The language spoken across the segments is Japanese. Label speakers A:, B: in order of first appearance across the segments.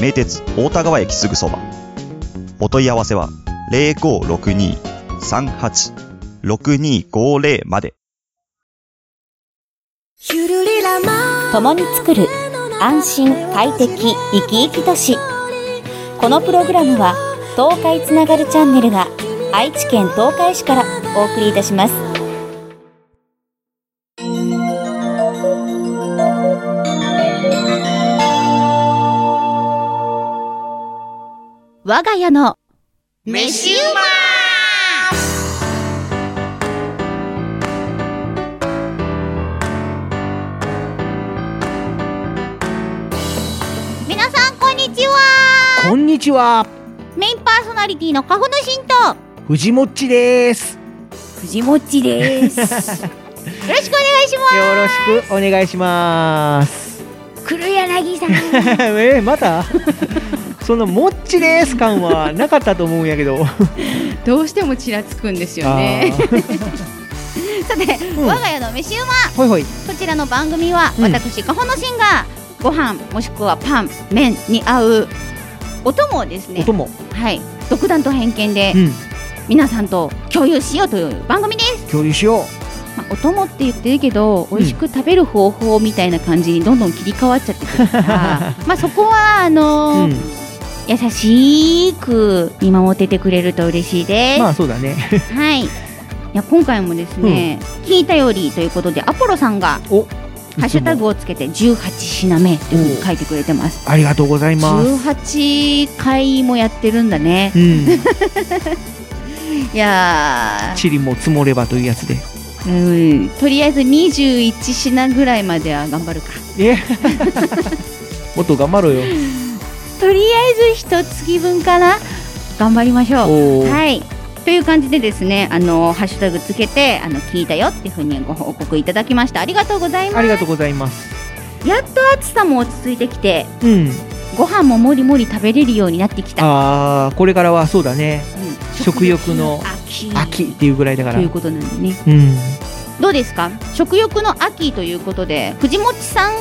A: 名鉄大田川駅すぐそばお問い合わせは0562-38-6250まで
B: 共に作る安心快適生き生き都市このプログラムは東海つながるチャンネルが愛知県東海市からお送りいたします我が家の
C: 飯うま
B: 皆さんこんにちは
D: こんにちは、
B: メインパーソナリティの花粉の神と
D: 藤もっちです。よ
B: 藤もっちです よろしくお願いしま
D: ろしくお願い します。
B: す黒柳さん
D: えー、また そのもっちです感はなかったと思うんやけど。
C: どうしてもちらつくんですよ
D: あ
C: ね。
D: ー
B: さて、
D: ん
B: 我が家の飯うま
D: ほいほい。
B: こちらの番組は、
D: うん
B: 私花粉のシンがご飯もしくはパン麺に合うお供をですね
D: 音も。
B: はい独断と偏見で
D: うん。
B: 皆さんと共有しようという番組です、
D: 共有しよ
B: まあ、お供って言ってるけど
D: ん
B: 美味しく食べる方法みたいな感じにどんどん切り替わっちゃってくるから まあそこはあ
D: う。う
B: のー
D: ん。
B: 優しく見守っててくれると嬉しいです、
D: まあそうだね。
B: はいいや今回もですね、聞いたよりということでアポロさんが
D: お。
B: ハッシュタ
D: いつ
B: グ
D: も
B: をつけて18品目というふうに書いてくれてます。
D: ありがとうございます。
B: 18回もやってるんだね。
D: うん。
B: いや
D: チリも積もればというやつで。
B: ー、うん、とりあえず21品ぐらいまでは頑張るか。
D: え。もっと頑張ろうよ。
B: とりあえず一月分かな頑張りましょう。
D: おお。
B: はい。という感じでですね、あのハッシュタグつけてあの聞いたよっていうふうにご報告いただきました。ありがとうござい
D: あ
B: ま
D: りがとうございます。
B: す。やっと暑さも落ち着いてきて、
D: うん。
B: ご飯ももりもり食べれるようになってきた。
D: ああ、これからはそうだね。
B: うん
D: 食欲の
B: 秋
D: 秋っていうぐらいだから。
B: といううことなんでね
D: ん。
B: どうですか食欲の秋ということで藤持さん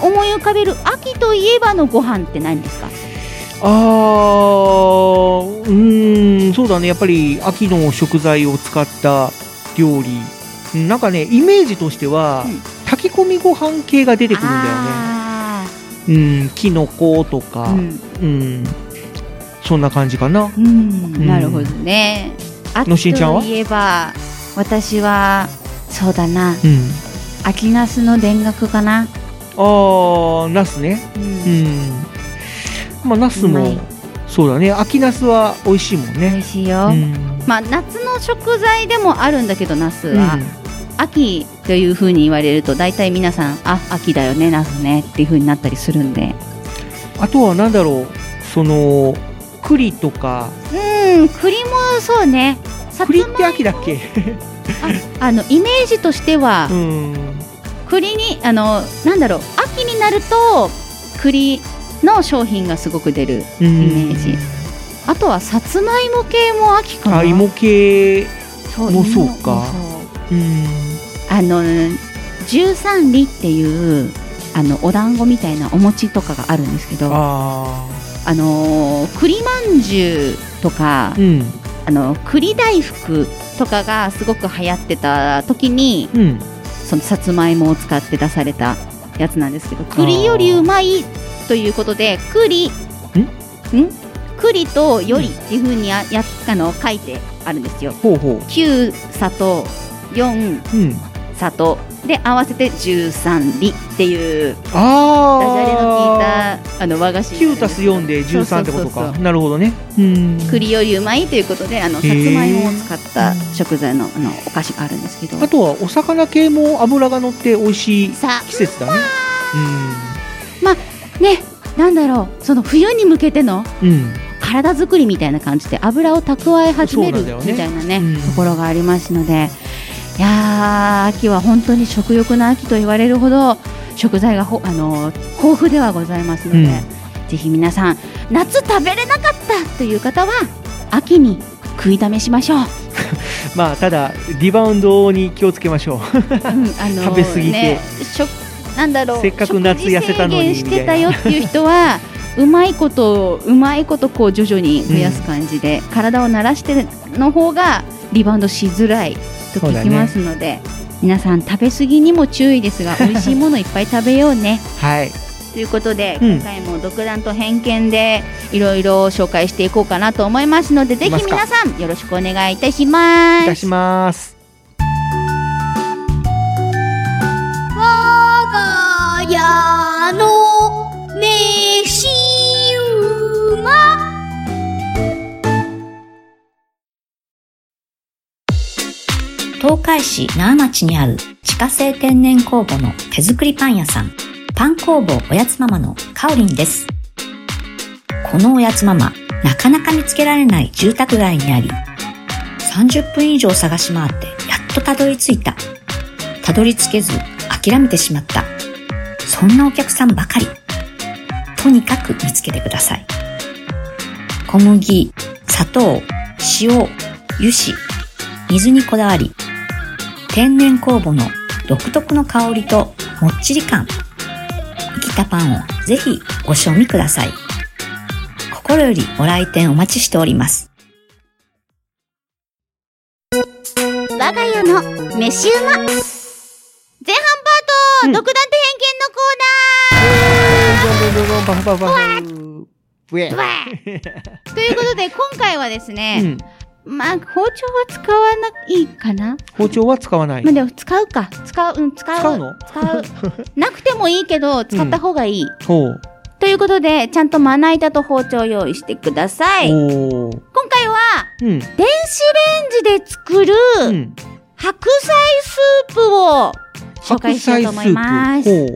B: が思い浮かべる秋といえばのご飯って何ですか
D: あーうーんそうだねやっぱり秋の食材を使った料理うんなんかねイメージとしては、
B: うん
D: 炊き込みご飯系が出てくるんだよね
B: あ
D: うんきのことか
B: ーうん
D: うん、そんな感じかな
B: うん
D: ん
B: なるほどね
D: のし
B: 秋
D: んちゃん
B: と
D: はい
B: えば私はそうだな
D: うん
B: 秋ナスの田楽かな、
D: あーナスね
B: うん
D: うんまあナス
B: うま
D: も
B: い
D: そうだね秋ナスは美味しいもん
B: 美味
D: ね
B: しいよ、
D: うん
B: まあ夏の食材でもあるんだけどナスは、
D: うん
B: 秋というふうに言われると大体皆さんあ秋だよねナスねっていうふうになったりするんで
D: あとはなんだろうその栗とか
B: うん栗もそうねさつ
D: 栗
B: ま
D: って秋だっけ
B: あのイメージとしては、
D: うん
B: 栗にあのなんだろう秋になると栗の商品がすごく出る
D: イメ
B: メージあとはさつまいも系も秋かな
D: あ芋系
B: そう
D: も
B: 芋
D: そうか
B: も
D: うん
B: あの13里っていうあのお団子みたいなお餅とかがあるんですけどあ
D: あ
B: の栗まんじゅうとか
D: ーうん
B: あの栗大福とかがすごく流行ってた時に
D: うん
B: そのさつまいもを使って出されたやつなんですけど栗よりうまいということで栗ん栗とよりっていうふうにややあの書いてあるんですよ
D: ほうほ
B: 9砂と4
D: ううん
B: 砂糖で合わせて13里っていうダジャレの聞い
D: ああ
B: たあの和菓子
D: 9足す4で13ってことかなるほどねうん
B: 栗よりうまいということであのさ
D: へー
B: つまいもを使った食材のあのお菓子があるんですけど
D: あとはお魚系も脂が乗って美味しい
B: さ
D: 季節だね
B: ねなんだろうその冬に向けての
D: うん、
B: 体作りみたいな感じで油を蓄え始める
D: そうなんだよね
B: みたいなね
D: うん
B: ところがありますのでいやー秋は本当に食欲の秋と言われるほど食材がほあのー豊富ではございますので、ぜひ皆さん夏食べれなかったという方は秋に食いだめしましょう、
D: まあただリバウンドに気をつけましょう
B: うんあのー
D: 食べ過ぎて
B: ね、食なんだろう
D: せっかく夏痩せたのに
B: 食事制限してたよっていう人はうまいことうまいことこう徐々に増やす感じで、体を慣らしての方がリバウンドしづらいと
D: そうだ
B: 聞き
D: ね
B: ますので、皆さん食べ過ぎにも注意ですが美味しいものいっぱい食べよう ね
D: はい
B: ということで、
D: うん
B: 今回も独断と偏見でいろいろ紹介していこうかなと思いますのでぜひ
D: ますか
B: 皆さんよろしくお願いいたしま
D: い
B: す
D: たします
E: 我が家の飯馬
F: 東海市那覇町にある自家製天然酵母の手作りパン屋さん、パン工房おやつママのカオリンです。このおやつママ、なかなか見つけられない住宅街にあり、30分以上探し回ってやっとたどり着いた。たどり着けず諦めてしまった。そんなお客さんばかり。とにかく見つけてください。小麦、砂糖、塩、油脂、水にこだわり、天然酵母の独特の香りともっちり感。生きたパンをぜひご賞味ください。心よりご来店お待ちしております。
E: 我が家の飯馬前半パート、
D: うん
E: 独断と偏見のコー
D: どんどんどんどんバフバフバフブエ
E: ナーわー
B: ということで今回はです
D: う
B: ね、
D: ん
B: まあ包丁は使わないかな
D: 包丁は使わない
B: まあでも使うか使う、うん、使う
D: 使うの
B: 使うなくてもいいけど使った方がいい、
D: ほう
B: ということでちゃんとまな板と包丁を用意してください今
D: おー
B: 回は
D: うん
B: 電子レンジで作る
D: うん
B: 白菜スープを紹介しようと思いま
D: 白菜
B: す
D: スープ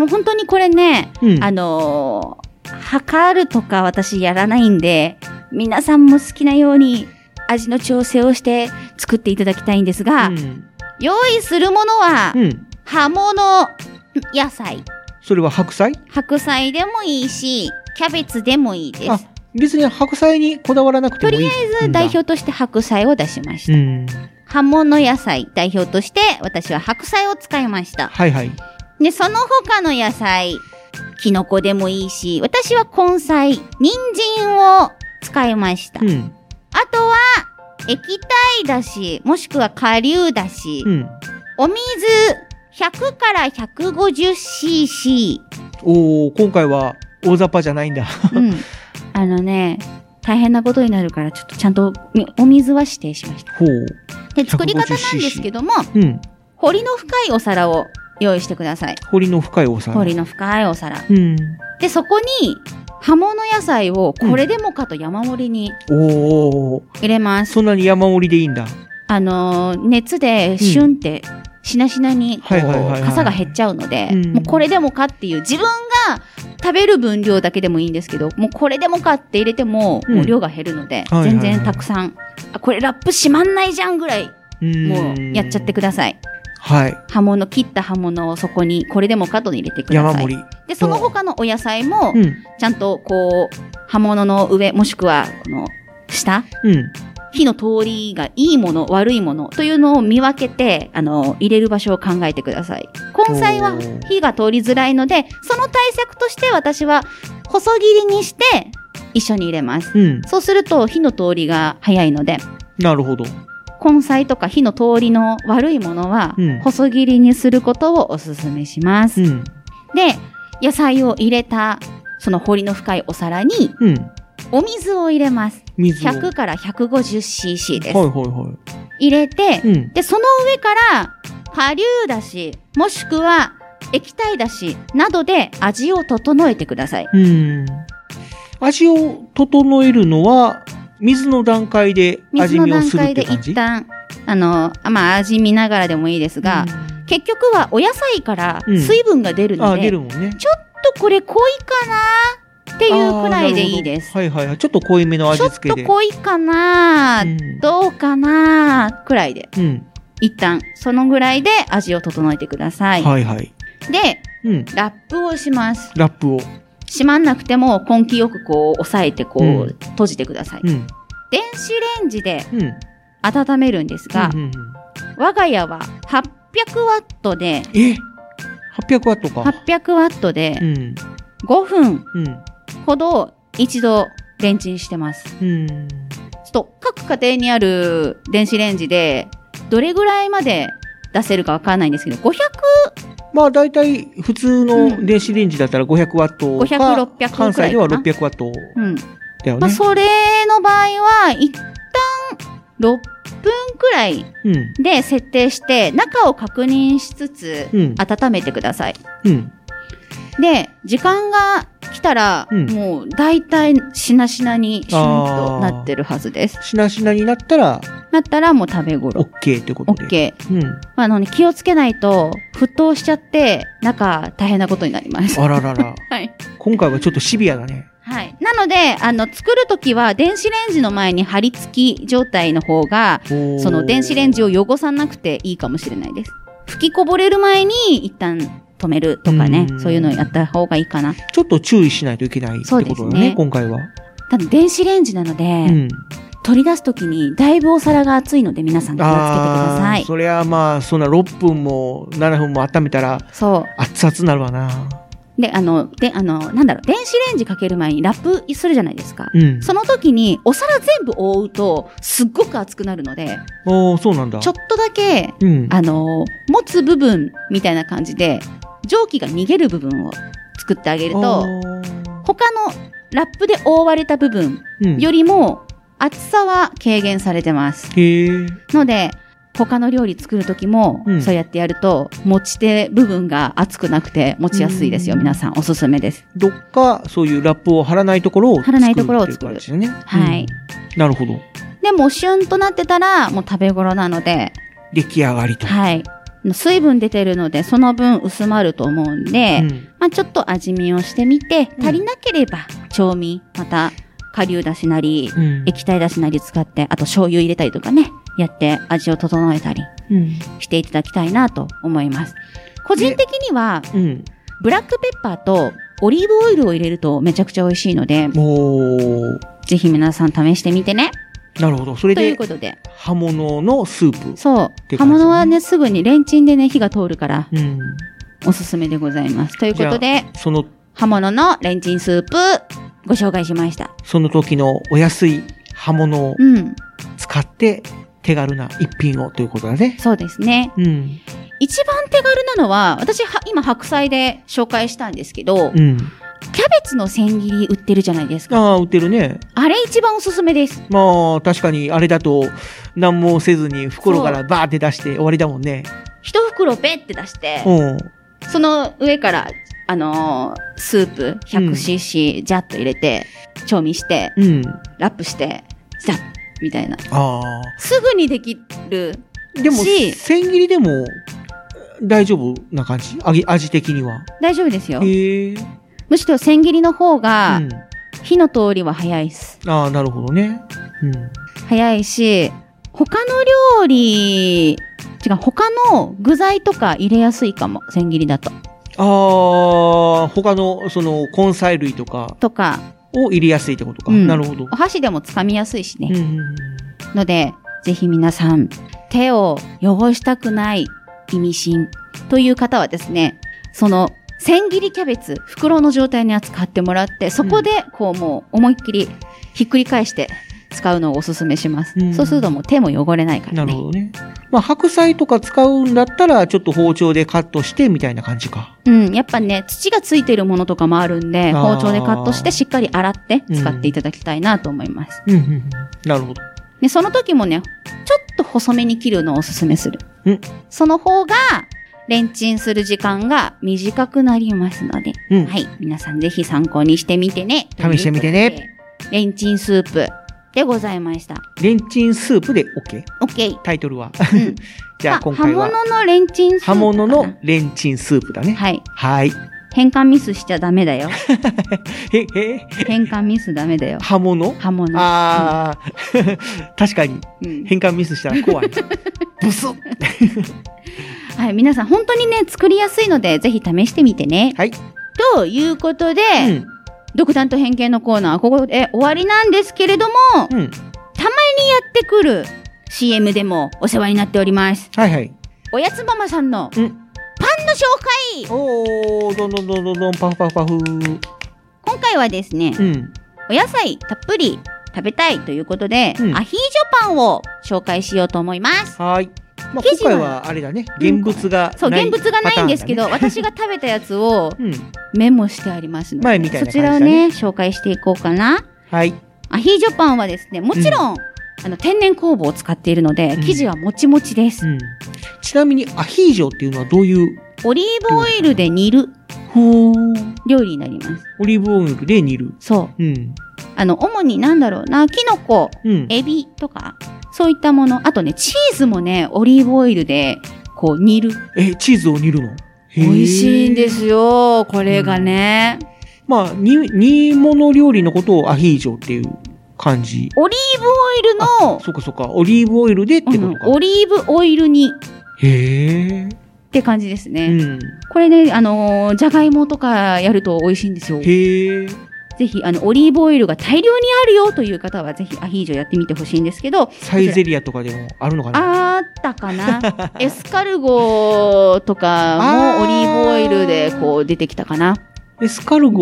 B: もう本当にこれね、
D: ほううん
B: あのー、測るとか私やらないんで皆さんも好きなように味の調整をして作っていただきたいんですが、
D: うん
B: 用意するものは
D: うん
B: 葉物野菜
D: それは白菜
B: 白菜でもいいし、キャベツでもいいです。
D: あ
B: と
D: 別に白菜にこだわらなくてもいいとり
B: りあえず代表として白菜を出しました。
D: うん
B: 葉物野菜代表として私は白菜を使いました。
D: はいはい
B: で、その他の野菜、キノコでもいいし、私は根菜、人参を使いました。
D: うん
B: あとは、液体だし、もしくは顆粒だし、
D: うん
B: お水100から 150cc。
D: おお今回は大雑把じゃないんだ
B: うん。あのね、大変なことになるから、ちょっとちゃんとみお水は指定しました。
D: ほう
B: で、作り方なんですけども、
D: うん
B: 彫りの深いお皿を用意してください。
D: 彫りの深いお皿
B: 彫りの深いお皿。
D: うん
B: で、そこに、葉物野菜をこれでもかと山盛りに
D: おお
B: 入れます。
D: そんなに山盛りでいいんだ
B: あのー熱でシュンって、しなしなに、こ
D: はいはいはいは
B: う、
D: い
B: 傘が減っちゃうので、
D: うん
B: もうこれでもかっていう、自分が食べる分量だけでもいいんですけど、もうこれでもかって入れても、
D: うん
B: もう量が減るので、
D: はいはいはい
B: 全然たくさん、あ、これラップ閉まんないじゃんぐらい、
D: うん
B: もうやっちゃってください。
D: はい
B: 葉物、切った葉物をそこに、これでもかと入れてください。
D: 山盛り
B: で、その他のお野菜も
D: う、ん
B: ちゃんとこう、刃物の上、もしくは、この、下
D: うん
B: 火の通りがいいもの、悪いものというのを見分けて、あの、入れる場所を考えてください。根菜は
D: おー
B: 火が通りづらいので、その対策として私は、細切りにして、一緒に入れます。
D: うん
B: そうすると火の通りが早いので、
D: なるほど
B: 根菜とか火の通りの悪いものは
D: うん
B: 細切りにすることをおすすめします。
D: うん
B: で、野菜を入れたその彫りの深いお皿に
D: うん
B: お水を入れます。
D: 水を
B: 100から 150cc です。
D: はいはいは
B: 入れて
D: い、うん
B: で、その上から顆粒だし、もしくは液体だしなどで味を整えてください。
D: うん味を整えるのは水の段階で
B: 水
D: 味
B: の
D: 見を
B: 段
D: するっ
B: 階で
D: て感じ
B: 一旦、あの、まあ味見ながらでもいいですが、結局はお野菜から
D: うん
B: 水分が出る
D: あ
B: の
D: 出
B: で、
D: るもんね
B: ちょっとこれ濃いかなっていうくらいでいいです。
D: はいはいはい。ちょっと濃いめの
B: ちょ
D: 味
B: っ
D: 付け
B: と
D: で。
B: 濃いかな、
D: うん
B: どうかなくらいで。
D: うん。
B: 一旦、そのぐらいで味を整えてください。
D: はいはい。
B: で、
D: うん。
B: ラップをします。
D: ラップを。
B: 閉まんなくても根気よくこう押さえてこう、
D: うん
B: 閉じてください、
D: うん。
B: 電子レンジで
D: うん。
B: 温めるんですが
D: う、んうんうん
B: 我が家は800ワットで
D: え ?800 ワットか。
B: 800ワットで
D: うん。
B: 5分
D: うん。
B: ほど一度レンチンしてますち
D: うん。
B: ょっと各家庭にある電子レンジでどれぐらいまで出せるかわからないんですけど500
D: まあ大体普通の電子レンジだったら500ワットか。
B: 500 600
D: 関西では
B: くらい
D: 600ワット
B: うん
D: だよ
B: まあ、
D: ね。
B: それの場合は一旦6分くらい
D: うん。
B: で設定して中を確認しつつ
D: うん
B: 温めてください。
D: うん。
B: で、時間が来たら、
D: うん
B: もう大体しなしなにシュンとなってるはずです。
D: しなしなになったら
B: なったらもう食べ頃。
D: OK ってことで。
B: OK。
D: うん。
B: まあ、あのね、気をつけないと沸騰しちゃって中大変なことになります。
D: あららら。
B: はい。
D: 今回はちょっとシビアだね。
B: はい。なので、あの、作るときは電子レンジの前に貼り付き状態の方が、そ
D: そ
B: の電子レンジを汚さなくていいかもしれないです。吹きこぼれる前に一旦止めるとかね
D: う、ん
B: そういうのやった方がいいかな。
D: ちょっと注意しないといけないってこと
B: そ
D: だ
B: う
D: ね、
B: ですね
D: 今回は。
B: ただ電子レンジなので、
D: うん。
B: 取り出すときにだいぶお皿が熱いので皆さん気をつけてくださ
D: あ
B: い
D: ー。そりゃまあ、そんな6分も7分も温めたら
B: そ
D: 熱々になるわな。
B: う。で、あの、で、あの、なんだろう、電子レンジかける前にラップするじゃないですか。
D: うん。
B: その時にお皿全部覆うとすっごく熱くなるので、
D: おーそうなんだ。
B: ちょっとだけ、
D: うん。
B: あの、持つ部分みたいな感じで、蒸気が逃げる部分を作ってあげると、他のラップで覆われた部分
D: うん、
B: よりも厚さは軽減されてます。
D: へえ。
B: ので、他の料理作る時も
D: うん、
B: そうやってやると、持ち手部分が厚くなくて持ちやすいですよ。
D: うん
B: 皆さんおすすめです。
D: どっか、そういうラップを貼らないところを
B: 貼らないところを作る
D: っていう感じだね。
B: はい
D: うんなるほど。
B: で、もうシュンとなってたら、もう食べ頃なので、
D: 出来上がりと。
B: はい。水分出てるので、その分薄まると思うんで、
D: うん
B: まあちょっと味見をしてみて、
D: うん
B: 足りなければ調味、また顆粒だしなり、
D: うん。
B: 液体だしなり使って、あと醤油入れたりとかね、やって味を整えたり
D: うん。
B: していただきたいなと思います。個人的には、
D: うん。
B: ブラックペッパーとオリーブオイルを入れるとめちゃくちゃ美味しいので、
D: おー
B: ぜひ皆さん試してみてね。
D: なるほど。それ
B: という
D: で、
B: ことで、
D: 刃物のスープ。
B: そ
D: て
B: う、
D: 感
B: 刃
D: じだね
B: 物はね、すぐにレンチンでね、火が通るから
D: うん。
B: おすすめでございます。ということで、
D: その、
B: 刃物のレンチンスープ、ご紹介しました。
D: その時のお安い刃物を
B: うん、
D: 使って手軽な一品をということだね。
B: そうですね。
D: うん。
B: 一番手軽なのは、私は、今白菜で紹介したんですけど、
D: うん。
B: キャベツの千切り売ってるじゃないですか。
D: ああ、売ってるね。
B: あれ一番おすすめです。
D: まあ、確かにあれだと何もせずに袋からバーって出して終わりだもんね。
B: 一袋ペって出して、
D: うん。
B: その上から、あのースープ 100cc ジャッと入れて、調味して、
D: うん。
B: ラップして、ジャッみたいな。
D: あ
B: すぐにできる。
D: あ。でも、
B: し
D: 千切りでも大丈夫な感じ味味的には。
B: 大丈夫ですよ。
D: へえ。
B: むしろ千切りの方が
D: うん、
B: 火の通りは早いです。
D: ああ、なるほどね。うん。
B: 早いし、他の料理、違う、他の具材とか入れやすいかも。千切りだと。
D: ああ、他の、その、根菜類とか
B: とか、
D: を入れやすいってことか。
B: うん
D: なるほど
B: お。箸でも掴みやすいしね。
D: うんうんうん。
B: ので、ぜひ皆さん、手を汚したくない意味深という方はですね、その千切りキャベツ、袋の状態のやつ買ってもらって、そこでこうもう思いっきりひっくり返して使うのをおすすめします。
D: うん
B: そうするともう手も汚れないから
D: なる
B: ね。
D: ほどね。まあ、白菜とか使うんだったら、ちょっと包丁でカットしてみたいな感じか。
B: うん、やっぱね、土がついてるものとかもあるんで、
D: あー
B: 包丁でカットしてしっかり洗って使っていただきたいなと思います。
D: うんうんうん。なるほど。
B: で、その時もね、ちょっと細めに切るのをおすすめする
D: うん。
B: その方が、レンチンする時間が短くなりますので、
D: うん
B: はい。皆さんぜひ参考にしてみてね。
D: 試してみてね
B: ということで。レンチンスープでございました。
D: レンチンスープで OK。
B: OK。
D: タイトルは。
B: うん、
D: じゃあ
B: ま
D: 今回は
B: 刃物のレンチンスープか
D: 刃
B: な。
D: 物のレンチンスープだね。
B: はい。
D: はい。
B: 変換ミスしちゃダメだよ。
D: へへ
B: 変換ミスダメだよ。
D: 刃物
B: 刃物。
D: ああ、 確かに
B: うんうん
D: 変換ミスしたら怖い。 ブスッ
B: はい、皆さん本当にね、作りやすいので、ぜひ試してみてね。
D: はい。
B: ということで、
D: うん
B: 独断と偏見のコーナーはここで終わりなんですけれども、や
D: うん。
B: ってくる CM でもお世話になっております。
D: はいはい。
B: おやつママさんのパ
D: う
B: ン
D: ん
B: の紹介
D: おー、どんどんどんどんどん、パフパフパフ。
B: 今回はですね
D: う、ん。
B: お野菜たっぷり食べたいということで、
D: うん
B: アヒージョパンを紹介しようと思います。
D: はーい。まあ、
B: 生地
D: 今
B: は
D: 回はあれだね、現物がない。
B: そう、現物がないんですけど、
D: パターンだね
B: 私が食べたやつを
D: うん。
B: メモしてありますので、
D: 前みたいな
B: そ
D: 感
B: ち
D: じだ
B: ら
D: ね
B: をね、紹介していこうかな。
D: はい。
B: アヒージョパンはですね、もちろん、あの天然酵母を使っているので、
D: うん
B: 生地はもちもちです。
D: うん。ちなみに、アヒージョっていうのはどういう、
B: オリーブオイルで煮る
D: ほー。
B: 料理になります。
D: オリーブオイルで煮る。
B: そう。
D: うん。
B: あの、主になんだろうな、キノコ、
D: うん。
B: エビとか、そういったもの。あとね、チーズもね、オリーブオイルで、こう煮る。
D: え、チーズを煮るのへ
B: 美
D: ー
B: 味しいんですよ、これがね。
D: まあ、煮、煮物料理のことをアヒージョっていう感じ。
B: オリーブオイルの、
D: そっかそっか。オリーブオイルでってこと
B: うん
D: か。
B: オリーブオイル煮
D: へえ。
B: って感じですね。
D: うん。
B: これね、あのーじゃがいもとかやると美味しいんですよ。
D: へえ。
B: ぜひあのオリーブオイルが大量にあるよという方はぜひアヒージョやってみてほしいんですけど
D: サイゼリアとかでもあるのかな
B: あったか なエスカルゴとか
D: あー
B: もオリーブオイルでこう出てきたかな
D: エスカルゴ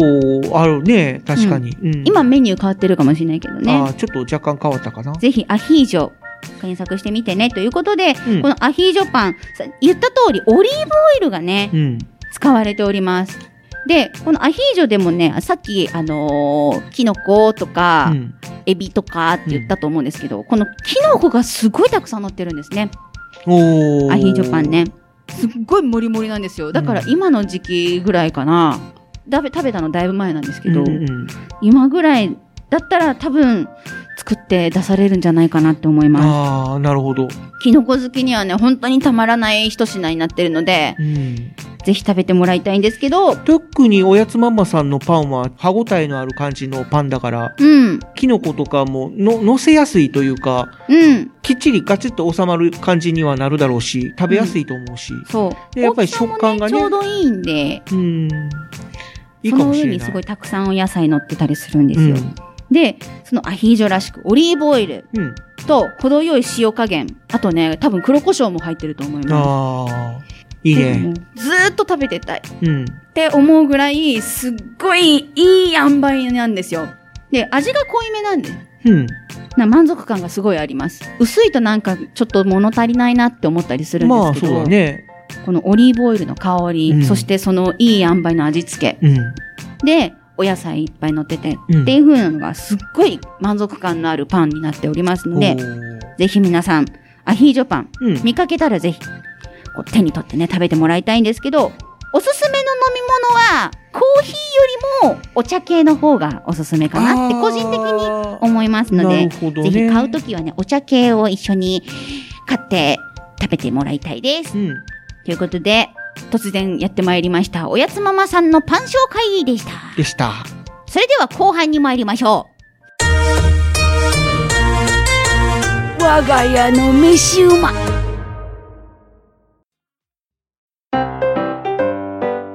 D: あるね。確かに。うん
B: 今メニュー変わってるかもしれないけど
D: あ
B: ね
D: ーちょっと若干変わったかな。
B: ぜひアヒージョ検索してみてねということで、
D: うん
B: このアヒージョパンさ言った通りオリーブオイルがね
D: うん。
B: 使われておりますでこのアヒージョでもねさっきあのーキノコとか、
D: うん
B: エビとかって言ったと思うんですけど、このキノコがすごいたくさん乗ってるんですね
D: おー
B: アヒージョパン。ねすっごいモリモリなんですよだから
D: うん
B: 今の時期ぐらいかな、だべ食べたのだいぶ前なんですけ
D: うん
B: ど、
D: うん
B: 今ぐらいだったら多分作って出されるんじゃないかなって思います
D: ああ、なるほど。
B: キノコ好きにはね本当にたまらない一品になってるので
D: うん。
B: ぜひ食べてもらいたいんですけど
D: 特におやつママさんのパンは歯ごたえのある感じのパンだから、
B: うん
D: キノコとかもの、乗せやすいというか、
B: うん
D: きっちりガチッと収まる感じにはなるだろうし、食べやすいと思うし。
B: そう
D: でやっぱり食感が
B: 大き
D: ね
B: さもちょうどいいんで
D: うん。いい
B: そ
D: か
B: の
D: もし
B: 上
D: れない。
B: にすごいたくさんお野菜乗ってたりするんですよ、
D: うん
B: でそのアヒージョらしくオリーブオイル
D: うん。
B: と程よい塩加減あとね多分黒胡椒も入ってると思いま
D: ああ、いい
B: すで
D: ね
B: も。ずーっと食べてたいっ
D: うん。
B: て思うぐらいすっごいいい塩梅なんですよで味が濃いめなんで
D: うん。
B: な満足感がすごいあります薄いとなんかちょっと物足りないなって思ったりするんで
D: まあ、
B: すけ
D: そう
B: ど、
D: だね。
B: このオリーブオイルの香り、
D: うん
B: そしてそのいい塩梅の味付
D: うん。
B: けでお野菜いっぱい乗ってて、
D: うん
B: っていう風なのがすっごい満足感のあるパンになっておりますので
D: おー
B: ぜひ皆さん、アヒージョパン、
D: うん。
B: 見かけたらぜひ、こう手に取ってね、食べてもらいたいんですけど、おすすめの飲み物は、コーヒーよりもお茶系の方がおすすめかなって、個人的に
D: に
B: 思いますので、
D: なるほど
B: ぜ
D: ね。
B: ひ買うときはね、お茶系を一緒に買って食べてもらいたいです。
D: うん。
B: ということで、突然やってまいりました、おやつママさんのパン紹介でした。
D: でした。
B: それでは後半に参りましょ
E: 我が家の飯馬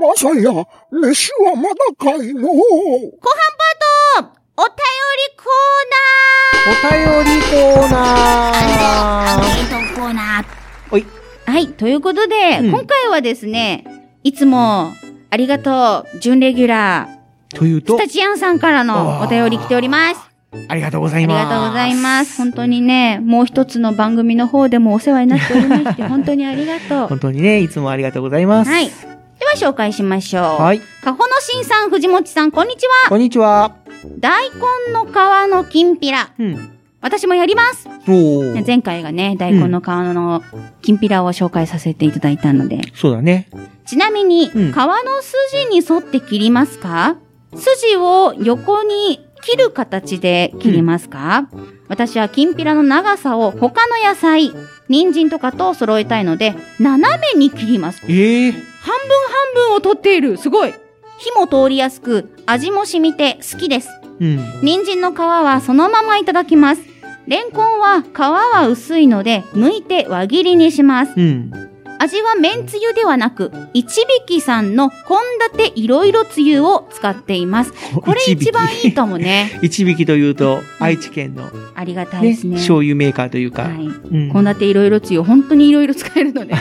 G: まさや、飯はまだかいの
B: う。
G: う。
B: お便りコー
D: お便りコーナー
B: コーナー
D: おい。
B: はい、ということで、
D: うん
B: 今回はですね、いつもありがとう、準レギュラー、
D: という
B: ス
D: と
B: タ、チアンさんからのお便り来ております。
D: ありがとうござ
B: あ
D: い
B: り
D: ます。
B: がとうございます。本当にね、もう一つの番組の方でもお世話になっておりまして、本当にありがとう。
D: 本当にね、いつもありがとうございます。
B: はい。では紹介しましょう。
D: はい。
B: かほのしんさん、藤持さん、こんにちは。
D: こんにちは。
B: 大根の皮のきんぴら。
D: うん。
B: 私もやります。
D: おお。
B: ね前回がね、大根の皮のきんぴらを紹介させていただいたので。
D: そうだね。
B: ちなみに、皮
D: うん
B: の筋に沿って切りますか筋を横に切る形で切りますか、私はきんぴらの長さを他の野菜、人参とかと揃えたいので、斜めに切ります。
D: ええー。
B: 半分半分を取っている。すごい火も通りやすく、味も染みて好きです。
D: うん。
B: 人参の皮はそのままいただきます。レンコンは皮は薄いので、剥いて輪切りにします。
D: うん。
B: 味はめんつゆではなく、一匹さんの献立いろいろつゆを使っています。 これ一番いいかもね。
D: 一匹というと、愛知県のね、
B: ありがたいですね。
D: 醤油メーカーというか。
B: はい。
D: うん
B: 献立いろいろつゆ、本当にいろいろ使える ので、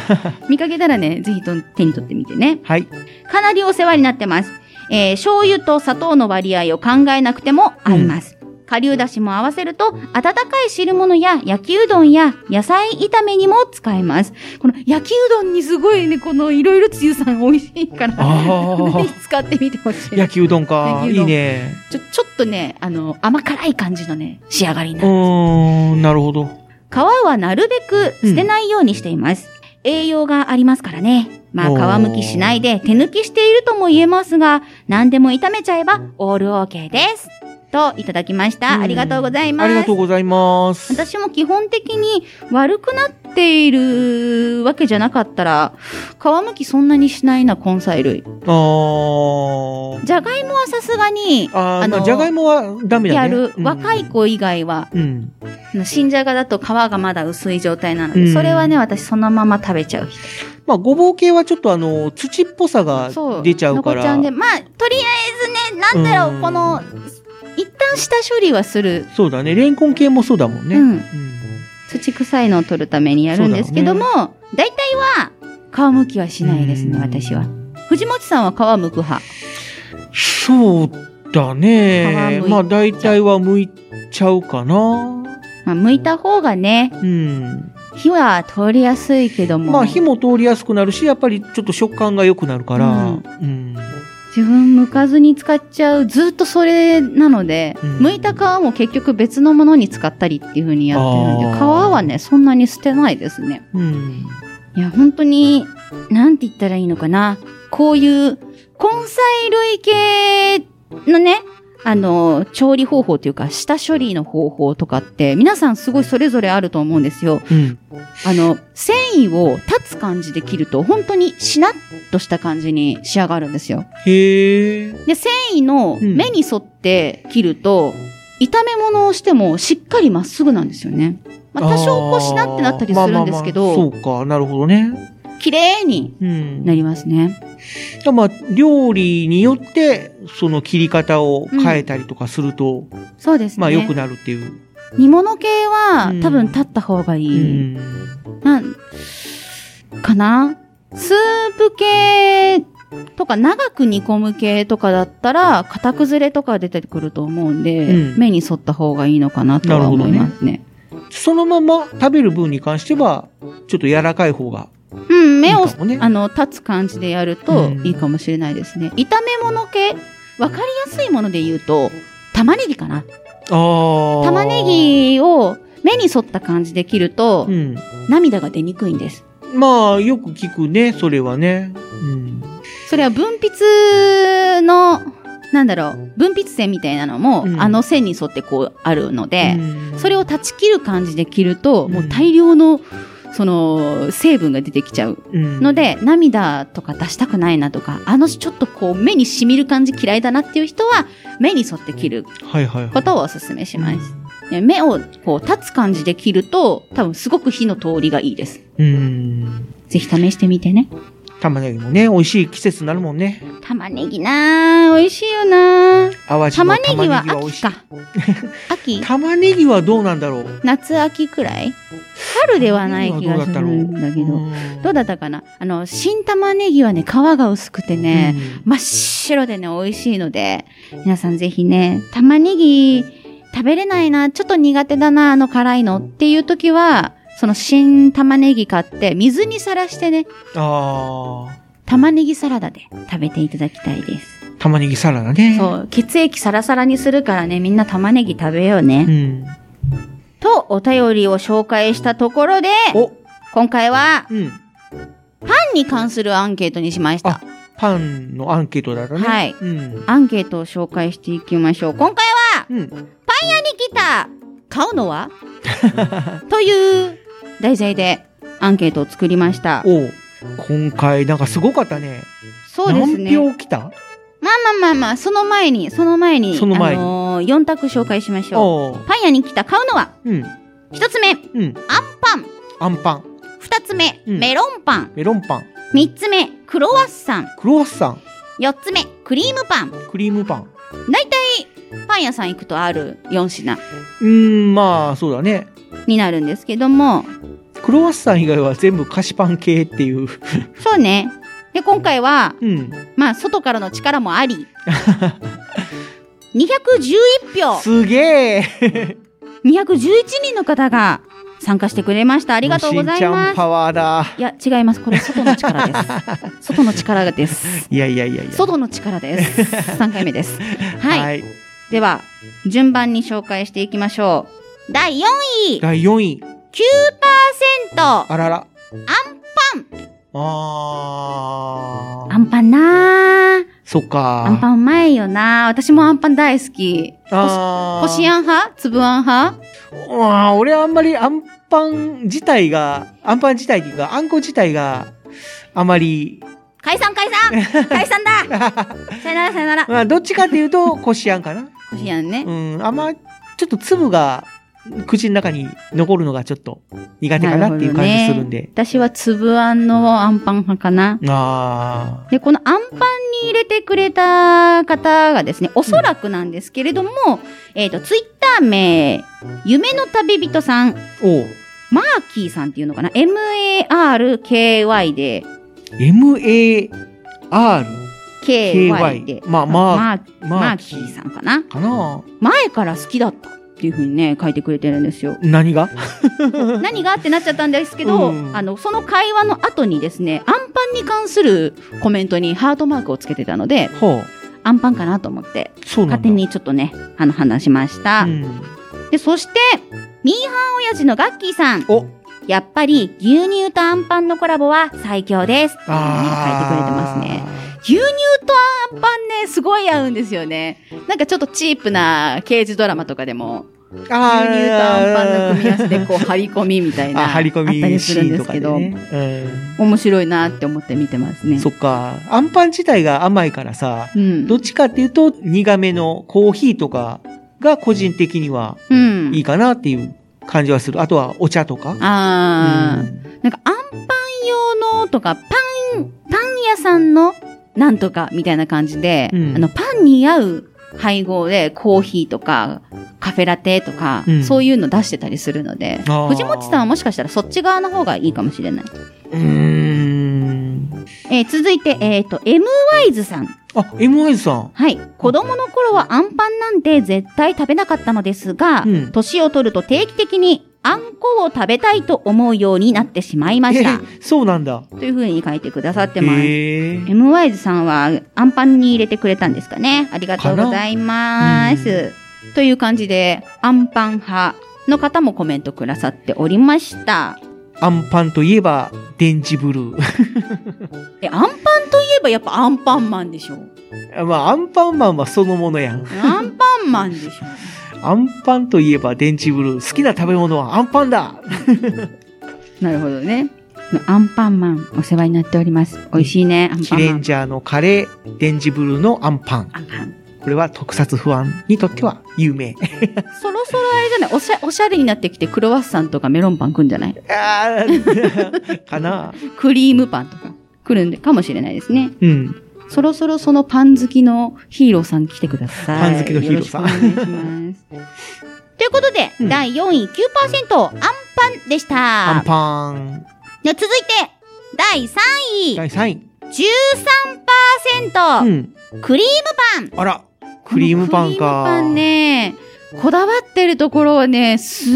B: 見かけたらね、ぜひと手に取ってみてね。
D: はい。
B: かなりお世話になってます。えー醤油と砂糖の割合を考えなくても合います。顆粒だしも合わせると、温かい汁物や焼きうどんや野菜炒めにも使えます。この焼きうどんにすごいね、このいろいろつゆさん美味しいから、
D: あー
B: ぜひ使ってみてほしい。
D: 焼きうどんか。
B: 焼
D: い
B: きうど
D: い
B: ん
D: ね。
B: ちょ、ちょっとね、あの、甘辛い感じのね、仕上がりに
D: う
B: なる。
D: ーん、なるほど。
B: 皮はなるべく捨てないようにしています。栄養がありますからね。ま
D: お
B: あ
D: ー
B: 皮むきしないで手抜きしているとも言えますが、何でも炒めちゃえばオールオーケーです。といただきました。
D: うん
B: ありがとうございます。
D: ありがとうございます。
B: 私も基本的に悪くなっているわけじゃなかったら、皮むきそんなにしないな、根菜類。
D: あー。
B: じゃがいもはさすがに、
D: あー、
B: あ
D: ま
B: の
D: あ、じゃがいもはダメだね。
B: やる
D: うん
B: 若い。子以外は
D: うん。
B: 新じゃがだと皮がまだ薄い状態なの
D: う
B: で、
D: ん
B: それはね、私そのまま食べちゃう人。
D: まあ、ごぼう系はちょっとあの、土っぽさが
B: そう。
D: 出ちゃうから。
B: 残っちゃんで。まあ、とりあえずね、なんだろ
D: う
B: う、
D: ん
B: この、一旦下処理はする。
D: そうだね。レンコン系もそうだもんね。
B: う
D: うんん。
B: 土臭いのを取るためにやるんですけども、大体は、皮むきはしないですね、
D: うん
B: 私は。藤本さんは皮むく派。
D: そうだね
B: 皮むいちゃ。う
D: まあ、大体は剥いちゃうかな。
B: まあ、剥いた方がね、
D: うん。
B: 火は通りやすいけども、
D: まあ、火も通りやすくなるし、やっぱりちょっと食感が良くなるから。
B: うん
D: うん。
B: 自分剥かずに使っちゃう、ずっとそれなので、
D: うん
B: 剥いた皮も結局別のものに使ったりっていう風にやってるんで、
D: あー
B: 皮はね、そんなに捨てないですね。
D: うん。
B: いや、本当に、なんて言ったらいいのかな。こういう、根菜類系のね、あの、調理方法というか、下処理の方法とかって、皆さんすごいそれぞれあると思うんですよ。
D: うん。
B: あの、繊維を立つ感じで切ると、本当にしなっとした感じに仕上がるんですよ。
D: へえ。
B: で、繊維の
D: うん
B: 目に沿って切ると、炒め物をしてもしっかりまっすぐなんですよね。まあ、多少こうしなってなったりするんですけ
D: あーまあまあ
B: ど、
D: まあそうか、なるほどね。
B: 綺麗に
D: うん。
B: なりますね。
D: まあ、料理によって、その切り方を変えたりとかすると、
B: そうですね。
D: まあ、良くなるっていう。
B: 煮物系は、
D: うん
B: 多分立った方がいうい。
D: ん。
B: なん、かなスープ系とか長く煮込む系とかだったら、型崩れとか出てくると思うんで、
D: うん
B: 目に沿った方がいいのかなとは思いますね。
D: そのまま食べる分に関しては、ちょっと柔らかい方が。
B: うん、目を
D: いいかもね
B: あの、立つ感じでやると
D: うん
B: いいかもしれないですね。炒め物系わかりやすいもので言うと、玉ねぎかな
D: ああ。
B: 玉ね。ぎを目に沿った感じで切ると、
D: うん。
B: 涙が出にくいんです。
D: まあ、よく聞くね、それはね。うん。
B: それは分泌の、なんだろう、分泌線みたいなのも、
D: うん
B: あの線に沿ってこうあるので、それ
D: を、
B: を断ち切る感じで切ると、
D: うん
B: もう大量の、その、成分が出てきちゃう
D: うん
B: の、で、涙とか出したくないなとか、あのちょっとこう目に染みる感じ嫌いだなっていう人は、目に沿って切る
D: はいはいはい。
B: ことをお勧めします。で目をこう立つ感じで切ると、多分すごく火の通りがいいです。
D: うん。
B: ぜひ試してみてね。
D: 玉ねぎもね、美味しい季節になるもんね。
B: 玉ねぎなぁ、美味しいよなぁ。
D: 淡路の
B: 玉ねぎは
D: 玉ねぎは美味
B: 秋
D: しい
B: か。秋
D: 玉ねぎはどうなんだろう。
B: 夏秋くらい春ではない気がするんだけど。
D: うん
B: どうだったかなあの、新玉ねぎはね、皮が薄くてね、真っ白でね、美味しいので、皆さんぜひね、玉ねぎ食べれないな、ちょっと苦手だな、あの辛いのっていう時は、その新玉ねぎ買って、水にさらしてね、
D: ああ。
B: 玉ねぎサラダで食べていただきたいです。
D: 玉ねぎサラダね。
B: そう、血液サラサラにするからね、みんな玉ねぎ食べようね。
D: うん。
B: と、お便りを紹介したところで、
D: お、
B: 今回は、
D: うん。
B: パンに関するアンケートにしました
D: あ。パンのアンケートだったね。
B: はい
D: うん。
B: アンケートを紹介していきましょう。今回は、
D: うん。
B: ギター買うの はという題材でアンケートを作りました。
D: おう今回なんかすごかったね。
B: そうですね。
D: 何票来た
B: まあまあまあまあ、その前に、その前に、
D: その前に
B: あのー、4択紹介しましょ
D: おう
B: う。パン屋に来た買うのは、
D: うん。
B: 1つ目、アン
D: うん。
B: パン。
D: アンパン。
B: 2つ目、
D: うん
B: メロンパン。
D: メロンパン。
B: 3つ目、クロワッサン。
D: クロワッサン。
B: 4つ目、クリームパン。
D: クリームパン。
B: 大体、パン屋さん行くとある4品
D: うーん、まあ、そうだね。
B: になるんですけども、
D: クロワッサン以外は全部菓子パン系っていう。
B: そうね。で、今回は、
D: うん。
B: まあ、外からの力もあり、211票、
D: すげえ
B: 211人の方が参加してくれました。あ
D: あ
B: りがとうござ い
D: しんちゃ
B: ま
D: ん
B: す。
D: パワーだ。
B: いや、違います。これ、外の力 です。外の力です。
D: いやいやいやいや。
B: 外の力 です。3回目です。はい。
D: はい。
B: では、順番に紹介していきましょう。第4位、
D: 第4位。
B: 9%。
D: あらら。
B: アン
D: パンあー。
B: アンパンなー。
D: そっか。
B: アンパンうまいよなー。私もアンパン大好き。こ
D: あー
B: しこしあん派つぶあん派
D: うわー俺あんまりあんパン自体が、あんパン自体っていうか、あんこ自体が、あまり、
B: 解散解 散解散ださよならさよなら。こ
D: まあ、どっちかっていうと、こしあんかな。
B: しあんね
D: う。ん、あんま、ちょっと粒が、口の中に残るのがちょっと苦手かなっていう感じするんで。
B: 私はつぶあんのアンパン派かな。
D: あ
B: で、このアンパンに入れてくれた方がですね、おそらくなんですけれども、えっ、と、ツイッター名、夢の旅人さん、
D: あ、おう
B: マーキーさんっていうのかな ?M-A-R-K-Y で、
D: M-A-R-K-Y。
B: K-Y で、
D: まあ、まあ、
B: マー
D: マ
B: マ
D: ー
B: ー
D: キ
B: キ
D: ー
B: ーさんかな
D: かな。
B: 前から好きだったっていうふうにね、書いてくれてるんですよ
D: 何 が
B: 何がってなっちゃったんですけど、
D: うん
B: あの、その会話の後にですね、アンパンに関するコメントにハートマークをつけてたので、
D: ほう。
B: アンパンかなと思って、
D: そうなんだ。
B: 勝手にちょっとね、あの、話しました。
D: うん。
B: で、そして、ミーハン親父のガッキーさん。
D: お
B: やっぱり、牛乳とアンパンのコラボは最強です。っていうね
D: あ
B: 書いてくれてますね。牛乳とアンパンね、すごい合うんですよね。なんかちょっとチープな刑事ドラマとかでも、
D: 牛
B: 牛乳
D: 乳と
B: とアンパンの組み合わせでこう、張り込みみたいな。
D: あ、張り込
B: あった
D: み
B: り
D: シ
B: するん
D: ーン
B: で
D: と
B: す
D: か
B: け
D: で
B: ど、
D: ね。
B: 面白いなって思って見てます
D: う
B: ね
D: ん。。そっか。あんパン自体が甘いからさ、
B: うん。
D: どっちかっていうと苦めのコーヒーとかが個人的には
B: うん。
D: いいかなっていう感じはする。あとはお茶とか。
B: あー。
D: うん
B: なんか、アンパン用のとか、パン、パン屋さんのなんとかみたいな感じで、
D: うん
B: あの、パンに合う配合でコーヒーとか、カフェラテとか、
D: うん
B: そういうの出してたりするので
D: あー、
B: 藤本さんはもしかしたらそっち側の方がいいかもしれない。
D: うーん。
B: えー続いて、えっ、と、M ワイズさん。
D: あ、MI さん。
B: はい。子供の頃はアンパンなんて絶対食べなかったのですが、
D: うん
B: 年を取ると定期的にあんこを食べたいと思うようになってしまいまし
D: え
B: た。
D: ーそうなんだ。
B: というふうに書いてくださってます。
D: へえ。
B: M ワイズさんはアンパンに入れてくれたんですかね。ありがとうございま
D: かな
B: す。という感じで、アンパン派の方もコメントくださっておりました。
D: アンパンといえば、デンジブル ー。
B: え、アンパンといえばやっぱアンパンマンでしょ。
D: まあ、アンパンマンはそのものやん。
B: アンパンマンでしょ。
D: アンパンといえば、デンジブルー。好きな食べ物はアンパンだ
B: なるほどね。アンパンマン、お世話になっております。美味しいね、アン
D: キ
B: パン
D: レ
B: マ
D: ン
B: ン。
D: ジャーのカレー、デンジブルーのアンパン。
B: アンパン
D: これは特撮不安にとっては有名。
B: そ ろそろあれじゃないおしゃおしゃれになってきてクロワッサンとかメロンパンくんじゃない
D: あーかな
B: クリームパンとかくるんでかもしれないですね。
D: うん。
B: そろそろそのパン好きのヒーローさん来てください。
D: パン好きのヒーローさん
B: よろしくお願いします。ということで、
D: うん
B: 第4位9%アンパンでした。
D: アンパン。
B: で続いて、第3位
D: 第3位。
B: 13%、
D: うん。
B: クリーム
D: あら。
B: パン。
D: クリームパ
B: この
D: ン
B: クリーム
D: か。
B: パンね。こだわってるところはね、す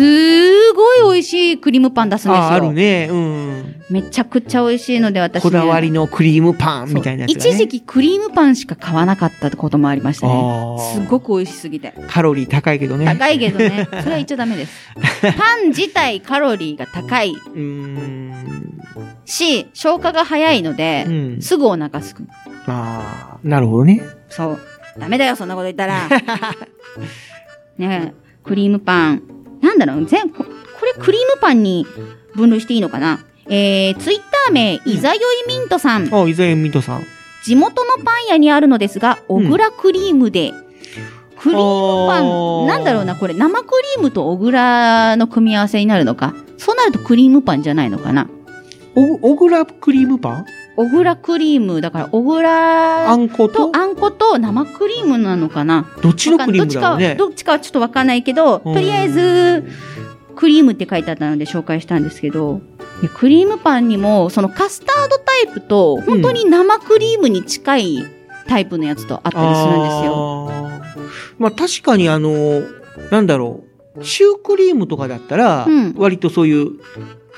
B: ごい美味しいクリームパン出すんですよ。
D: ああるね。うん。
B: めちゃくちゃ美味しいので、私、ね。
D: こだわりのクリームパンみたいなやつ、ね。
B: 一時期クリームパンしか買わなかったこともありましたね。
D: あ
B: す
D: ー
B: ごく美味しすぎて。
D: カロリー高いけどね。
B: 高いけどね、それは言っちゃダメです。 パン自体カロリーが高いう
D: ーん。
B: し、消化が早いので
D: う、ん。
B: すぐお腹すく。
D: ああ、なるほどね。
B: そう。ダメだよ、そんなこと言ったら。ねえ、クリームパン。なんだろう、全、ここれクリームパンに分類していいのかなえー、ツイッター名、いざよいミントさん。
D: あ、伊沢由美人さん。
B: 地元のパン屋にあるのですが、小倉クリームで。クリームパン、なんだろうな、これ、生クリームと小倉の組み合わせになるのか。そうなるとクリームパンじゃないのかな。
D: お、小倉クリームパン
B: 小倉クリーム、だから小
D: あ
B: 倉
D: んこと
B: と、あんこと生クリームなのかな。
D: どっちのクリームだろうね。
B: どっちかは、どっちかはちょっとわかんないけど、
D: うん
B: とりあえず、クリームって書いてあったので紹介したんですけど、いやクリームパンにも、そのカスタードタイプと、本当に生クリームに近いタイプのやつとあったりするんですよ。
D: あーまあ確かにあの、なんだろう。シュークリームとかだったら
B: うん、
D: 割とそういう、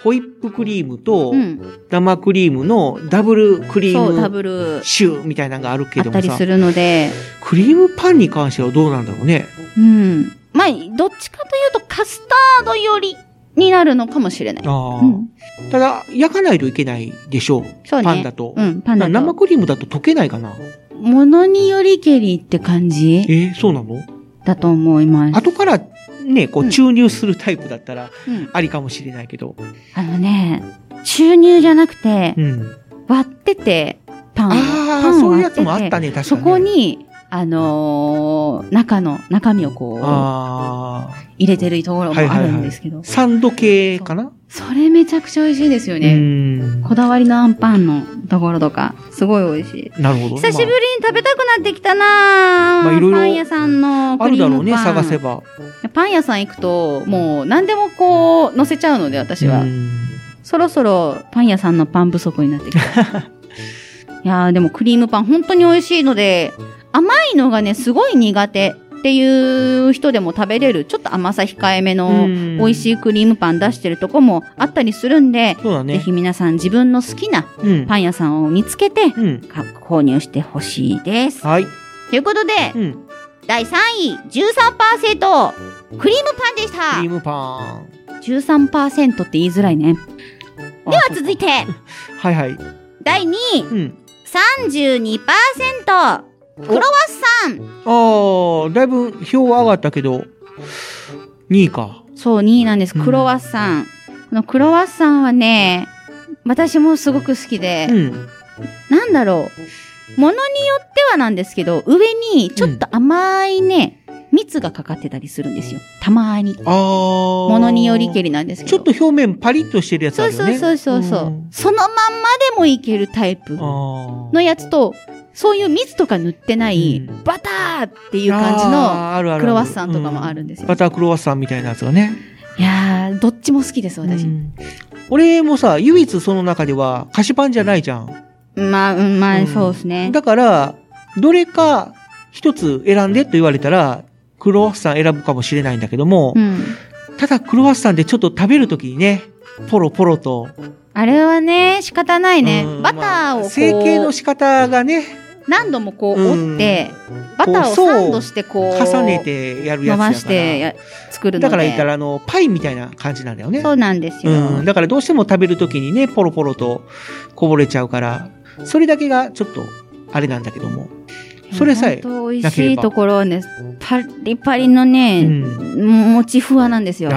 D: ホイップクリームと
B: うん。
D: 生クリームのダブルクリ
B: そう、ダ
D: ーム
B: ブル、
D: シューみたいなのがあるけ
B: あ
D: ど
B: っ
D: も
B: たり
D: さ
B: す、るので、
D: クリームパンに関してはどうなんだろうね。
B: うん。まあ、どっちかというとカスタードよりになるのかもしれない。
D: あ
B: う
D: ー
B: ん。
D: ただ、焼かないといけないでしょう。
B: そうね。
D: パンだと。
B: うん、パンだ
D: 生
B: と。
D: クリームだと溶けないかな。
B: ものによりけりって感じ
D: えーそうなの
B: だと思います。
D: 後からね、こ
B: う
D: うん注入するタイプだったら
B: うん
D: ありかもしれないけど。
B: あのね、注入じゃなくて
D: う、ん。
B: 割ってて、パンを。
D: あ
B: パ
D: あ、
B: ン
D: そ
B: を
D: うい
B: 割
D: うや
B: て
D: つ
B: て
D: もあったね、確かに。
B: そこに、あのー中の、中身をこう、
D: ああ、
B: 入れてるところもあるんですけど、
D: サンド系かな
B: それめちゃくちゃ美味しいですよ
D: う
B: ね。
D: ん。
B: こだわりのあんパンのところとか、すごい美味しい。
D: なるほど。
B: 久しぶりに食べたくなってきたなぁ、
D: まあいろいろ
B: パン屋さんの
D: まああ
B: ク
D: る
B: リー
D: だ
B: ムパン。
D: ろうね、探せば。
B: パン屋さん行くと、もう何でもこう、乗せちゃうので、私は。
D: うん
B: そろそろパン屋さんのパン不足になってきた。 いやーでもクリームパン本当に美味しいので、甘いのがね、すごい苦手っていう人でも食べれる、ちょっと甘さ控えめの
D: うん
B: 美味しいクリームパン出してるとこもあったりするんで、
D: そうだ
B: ぜ
D: ね。
B: ひ皆さん自分の好きな
D: うん
B: パン屋さんを見つけて、
D: うん。
B: か購入してほしいです。
D: はい。
B: ということで、
D: うん。ク
B: 第3位、13%、クリームパンでし
D: リー
B: た
D: ムパン。
B: !13% って言いづらいね。
D: では
B: さあ続いて、
D: はいはい。
B: 第2位、
D: うん。
B: 32%クロワッサン
D: ああ、だいぶ票は上がったけど、2位か。
B: そう2位なんです
D: うん
B: クロワッサン、このクロワッサンはね私もすごく好きで
D: う、ん。
B: なんだろうものによってはなんですけど上にちょっと甘いね、蜜がかかってたりするんですよたまに
D: ああ。
B: ものによりけ
D: り。
B: りなんですけ
D: ち
B: ど
D: ょっと表面パリッとしてるやつあ
B: そう
D: るよ
B: そう
D: ね。
B: そうそうそう、
D: ん
B: そのまんまでもいけるタイプの
D: ああ。
B: やつとそういう蜜とか塗ってない、
D: うん
B: バターっていう感じの
D: あーあるあるある
B: クロワッサンとかもあるんですよ
D: うバタークロワッサンみたいなやつがね。
B: いやー、どっちも好きです、私。
D: うん俺もさ、唯一その中では菓子パンじゃないじゃん。
B: まあ、うん、まあ、
D: うん
B: そうですね。
D: だから、どれか一つ選んでと言われたら、クロワッサン選ぶかもしれないんだけども、
B: うん。
D: ただクロワッサンでちょっと食べるときにね、ポロポロと。
B: あれはね、仕方ないね
D: うん。
B: バターを
D: ま
B: こ
D: あ
B: う、
D: 成形の仕方がね、
B: 何度もこう
D: うん
B: 折って、バター
D: こ
B: を
D: う層を
B: サンドしてこう、
D: 重ねてやるや
B: 伸
D: つだから。
B: ばしてや作るので。
D: だから言ったら、あの、パイみたいな感じなんだよね。
B: そうなんですよ。
D: うん、だからどうしても食べるときにね、ポロポロとこぼれちゃうから、それだけがちょっと、あれなんだけども。それさえ
B: 本当美
D: な
B: 味
D: ければ
B: しいところはね、パリパリのね、
D: う
B: もちふわなんですよ。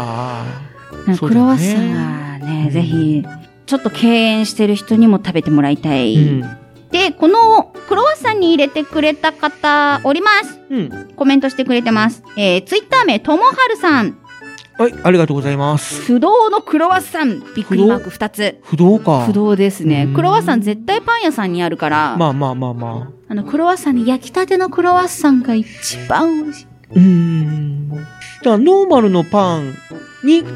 D: あ
B: なんか
D: そう
B: ク
D: だね
B: ロワッサンはね、
D: うん
B: ぜひ、ちょっと敬遠してる人にも食べてもらいた
D: あ。
B: い。
D: うん。
B: で、このクロワッサンに入れてくれた方おります。
D: うん。
B: コメントしてくれてます。えー、ツイッター名、ともはるさん。
D: はい、ありがとうございます。
B: 不動のクロワッサン。びっくりマーク2つ。
D: 不動か。
B: 不動です
D: う
B: ね
D: ん。
B: クロワッサン絶対パン屋さんにあるから、
D: まあまあまあま
B: あの、クロワッサンに焼きたてのクロワッサンが一番美味しい。
D: あ。うん。だからノーマルのパンに比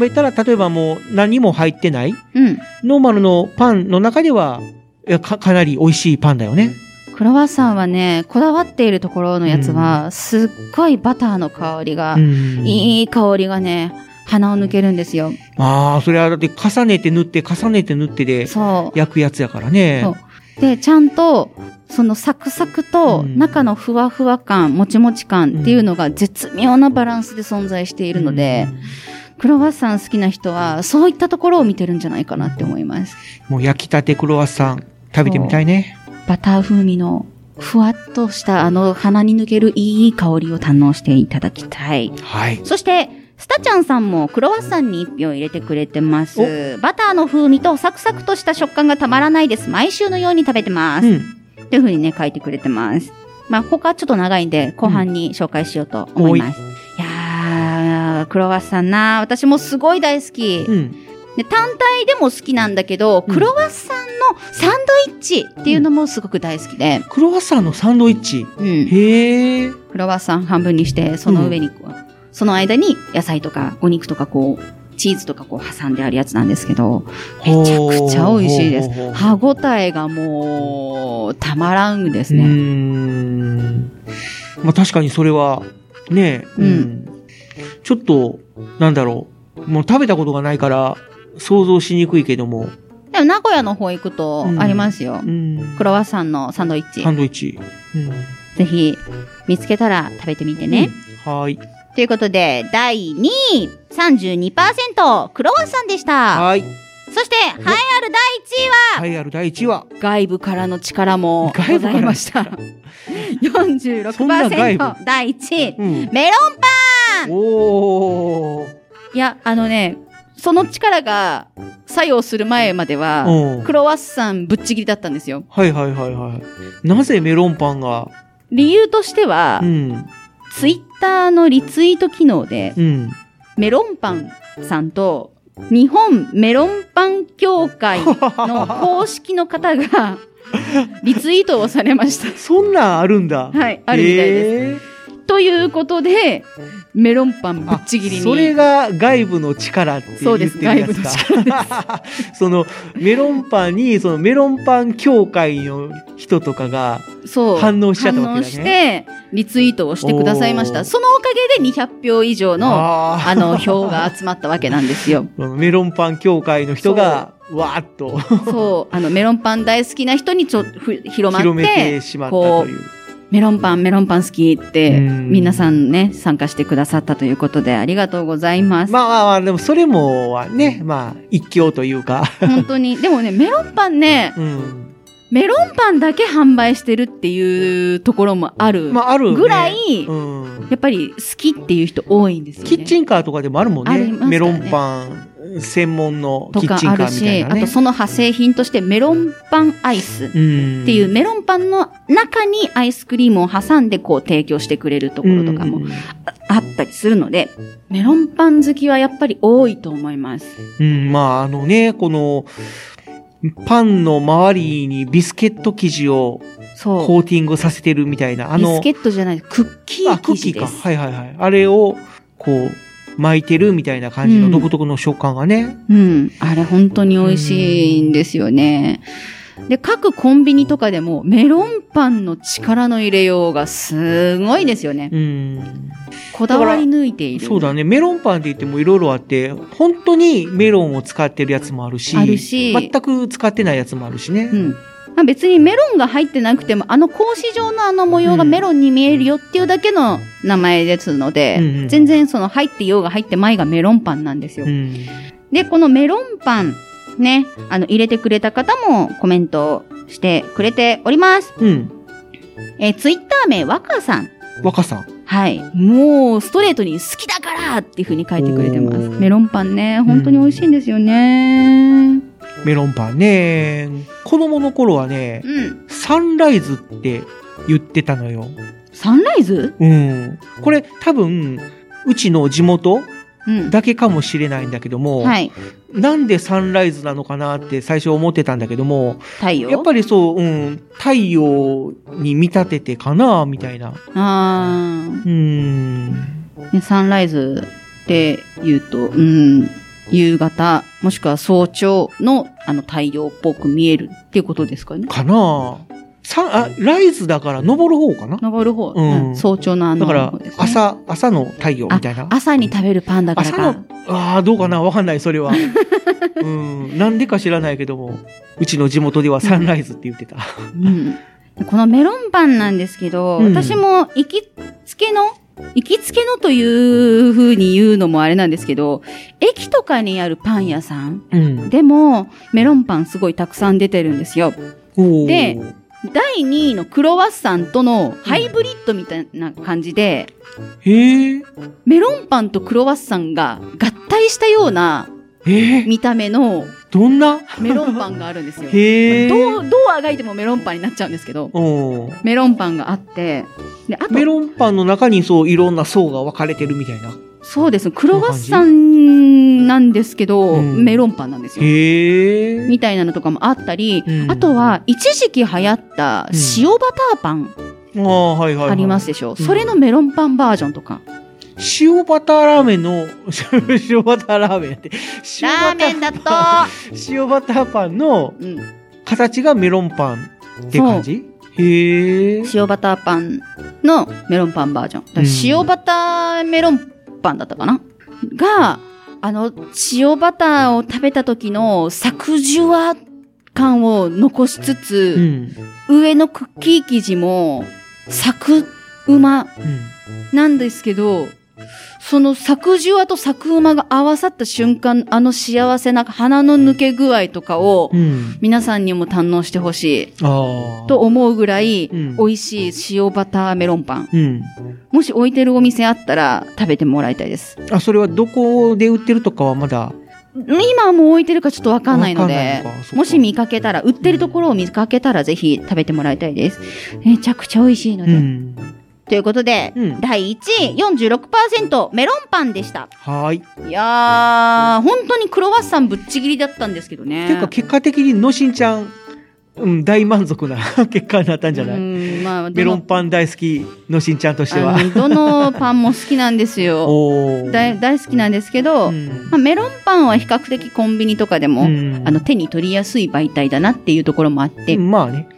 D: べたら、例えばもう何も入ってな
B: う
D: い
B: ん。
D: ノーマルのパンの中では、いやかかなり美味しいパンだよね。
B: クロワッサンはね、こだわっているところのやつは、すっごいバターの香りが、
D: うん
B: いい香りがね、鼻を抜けるんですよ。
D: ああ、それはだって重ねて塗って重ねて塗ってで
B: そ
D: 焼くやつやから
B: う。
D: ね。
B: そうで、ちゃんと、そのサクサクと、
D: うん
B: 中のふわふわ感、もちもち感っていうのが絶妙なバランスで存在しているので、クロワッサン好きな人は、そういったところを見てるんじゃないかなって思います。
D: もう焼きたてクロワッサン食べてみたいね。
B: バター風味のふわっとしたあの鼻に抜けるいい香りを堪能していただきたい。
D: はい。
B: そして、スタちゃんさんもクロワッサンに一票入れてくれてます。バターの風味とサクサクとした食感がたまらないです。毎週のように食べてます。
D: うん。
B: っていう風にね、書いてくれてます。まあ、他ちょっと長いんで、後半に紹介しようと思います。いやー、クロワッサンな、私もすごい大好き。
D: うん。
B: で単体でも好きなんだけど、
D: うん
B: クロワッサンのサンドイッチっていうのもすごく大好きで、
D: クロワッサンのサンドイッチ。
B: うん
D: へえ。
B: クロワッサン半分にして、その上にこう、その間に野菜とかお肉とかこう、チーズとかこう挟んであるやつなんですけど、めちゃくちゃ美味しいです
D: ほうほうほうほう。
B: 歯ごたえがもう、たまらんで
D: う
B: す
D: ー
B: ね。
D: ん。まあ確かにそれは、ねえ、
B: うん
D: ちょっと、なんだろう。もう食べたことがないから、想像しにくいけども。
B: でも名古屋の方行くとありますよ。
D: うん。
B: クロワッサンのサンドイッチ
D: サ。ンドイッチ。うん。
B: ぜひ、見つけたら食べてみてね。
D: うん。はーい。
B: ということで、第2位、32%、クロワッサンでした。
D: はーい。
B: そして、栄えある第1位は、
D: 栄えある第1話。
B: 外部からの力もご
D: 外部か
B: ざ
D: ら
B: いました。
D: そんな外部
B: 46%、第1位、
D: うん。
B: メロンパ
D: おー。
B: ンいや、あのね、その力が作用する前までは、
D: うん。
B: クロワッサンぶっちぎりだったんですよ。
D: はいはいはいはい。なぜメロンパンが、
B: 理由としては、
D: うん、
B: ツイッターのリツイート機能で、
D: うん。
B: メロンパンさんと、日本メロンパン協会 の公式の方が、リツイートをされました。
D: そんなんあるんだ。
B: はい、あるみたいです。
D: えー
B: ということで、メロンパンぶっちぎりに。
D: それが外部の力って言
B: そう
D: って
B: です
D: るやつか。です。 そのメロンパンに、そのメロンパン協会の人とかが、
B: そう
D: 反応しちゃったわけだね
B: 反応して、リツイートをしてくださいまし
D: おー
B: た。そのおかげで200票以上の、
D: あ
B: あの、票が集まったわけなんです よ。
D: ーメロンパン協会の人が、わーっと
B: そう、あの、メロンパン大好きな人にちょっとふ広まっ
D: 広めて
B: て、
D: しまったという。
B: メロンパン、メロンパン好きって、
D: うん
B: 皆さんね、参加してくださったということで、ありがとうございます。
D: まあまあまあ、でもそれもはね、まあ、一興というか。
B: 本当に。でもね、メロンパンね、
D: うん。
B: メロンパンだけ販売してるっていうところもある
D: まあ、ある、ね。
B: ぐらい、
D: うん。
B: やっぱり好きっていう人多いんですよね。
D: キッチンカーとかでもあるもん
B: あ
D: ね。
B: りますからね
D: メロンパン専門の
B: と
D: キッ
B: か
D: チ
B: あ
D: ンカ
B: る
D: ーみ
B: し、
D: たいな
B: あ
D: ね。
B: とその派生品としてメロンパンアイスっ
D: うん
B: ていうメロンパンの中にアイスクリームを挟んでこう提供してくれるところとかも
D: うん
B: あったりするので、メロンパン好きはやっぱり多いと思います。
D: うん、まああのね、この、パンの周りにビスケット生地を
B: そ
D: コーティングさせてるみたいな。あ
B: う。ビ
D: の、
B: スケットじゃない、クッキ
D: あ、
B: ー
D: ク
B: 生
D: ッキ
B: 地
D: ー
B: で
D: か。
B: す。
D: はいはいはい。あれを、こう、巻いてるみたいな感じ
B: う
D: の
B: ん
D: 独特の食感がね。
B: うん。あれ本当に美味しいんですよね。で、各コンビニとかでもメロンパンの力の入れようがすごいですよね。
D: うん。
B: こだわり抜いている。
D: そうだね。メロンパンって言ってもいろいろあって、本当にメロンを使ってるやつもあるし、
B: あるし
D: 全く使ってないやつもあるしね。
B: うん。まあ、別にメロンが入ってなくても、あの格子状のあの模様がメロンに見えるよっていうだけの名前ですので、
D: うんうん
B: 全然その入ってようが入ってまいがメロンパンなんですよ。
D: うん。
B: で、このメロンパン、ね、あの、入れてくれた方もコメントしてくれております。
D: うん。
B: えツイッター Twitter 名、若さん。
D: 若さん。
B: はい。もう、ストレートに好きだからっていう風に書いてくれてま
D: お
B: す。
D: ー
B: メロンパンね、本当に美味しいんですよね。
D: メロンパンね。子供の頃はね、
B: うん。
D: サンライズって言ってたのよ。
B: サンライズ
D: うん。これ多分、うちの地元
B: うん。
D: だけかもしれないんだけども、
B: はい。
D: なんでサンライズなのかなって最初思ってたんだけども、
B: 太陽。
D: やっぱりそう、うん、太陽に見立ててかな、みたいな。
B: あー
D: うん。
B: ね、サンライズって言うと、うん、夕方、もしくは早朝の、あの、太陽っぽく見えるっていうことですかね。
D: かなさあ、ライズだから登る方かな
B: 登る方、
D: うん
B: うん早朝のあの、
D: だから
B: 方ですね
D: 朝、朝の太陽みたいな。
B: 朝に食べるパンだから
D: 朝
B: か
D: の、ああ、どうかなわかんない、それ は。うん。なんでか知らないけども、うちの地元ではサンライズって言ってた。
B: うんこのメロンパンなんですけど、
D: うん
B: 私も行きつけの行きつけのというふうに言うのもあれなんですけど、駅とかにあるパン屋さん
D: うん。
B: でもメロンパンすごいたくさん出てるんですよ。
D: おー
B: で、第2位のクロワッサンとのハイブリッドみたいな感じで、
D: へえ、
B: メロンパンとクロワッサンが合体したような
D: ええ、
B: 見た目の
D: どんな
B: メロンパンがあるんですよ。
D: へえ。
B: どう、どうあがいてもメロンパンになっちゃうんですけど、
D: うん。
B: メロンパンがあって、で、あと
D: メ、ロンパンの中にそう、いろんな層が分かれてるみたいな。
B: そうですね、クロワッサンなんですけど、
D: うん
B: メロンパンなんですよ。
D: へえ。
B: みたいなのとかもあったり、
D: うん
B: あとは、一時期流行った塩バターパン
D: ああ、はいはい、はい。
B: ありますでしょ、
D: いはい
B: それのメロンパンバージョンとか。
D: 塩バターラーメンの、塩バターラーメンやって。塩バタ
B: と、
D: 塩バターパンの
B: うん、
D: 形がメロンパンって感じへえ。
B: 塩バターパンのメロンパンバージョン。だから
D: うん
B: 塩バターメロンパンだったかなが、あの、塩バターを食べた時のサクジュワ感を残しつ
D: う
B: つ、
D: ん。
B: 上のクッキー生地もサクうま
D: うん。
B: なんですけど、そのサクジュワとサクうまが合わさった瞬間、あの幸せな鼻の抜け具合とかを
D: うん。
B: 皆さんにも堪能してほしい。
D: ああ。
B: と、思うぐらい、
D: うん
B: 美味しい塩バターメロンパン。
D: うん。
B: もし置いてるお店あったら食べてもらいたいです。
D: あ、それはどこで売ってるとかはまだ。
B: 今はもう置いてるかちょっとわかんないの
D: わかんな
B: で
D: いのかそっ、か
B: もし見かけたら、売ってるところを見かけたらぜひ食べてもらいたいです。めちゃくちゃ美味しいの
D: う
B: で。
D: ん。
H: ということで、
D: うん。
H: 第1位46%メロンパンでした。
D: はーい。
B: いやー、本当にクロワッサンぶっちぎりだったんですけどね。
D: ていうか、結果的にのしんちゃん、うん、大満足な 結果になったんじゃな
B: う
D: い
B: んまあ、ど
D: メロン
B: の
D: パン大好きのしんちゃんとしては
B: あ。のどのパンも好きなんですよ。
D: おお。
B: 大大好きなんですけど、
D: うん
B: まあ、メロンパンは比較的コンビニとかでも、
D: うん
B: あの手に取りやすい媒体だなっていうところもあって、
D: うんまあね。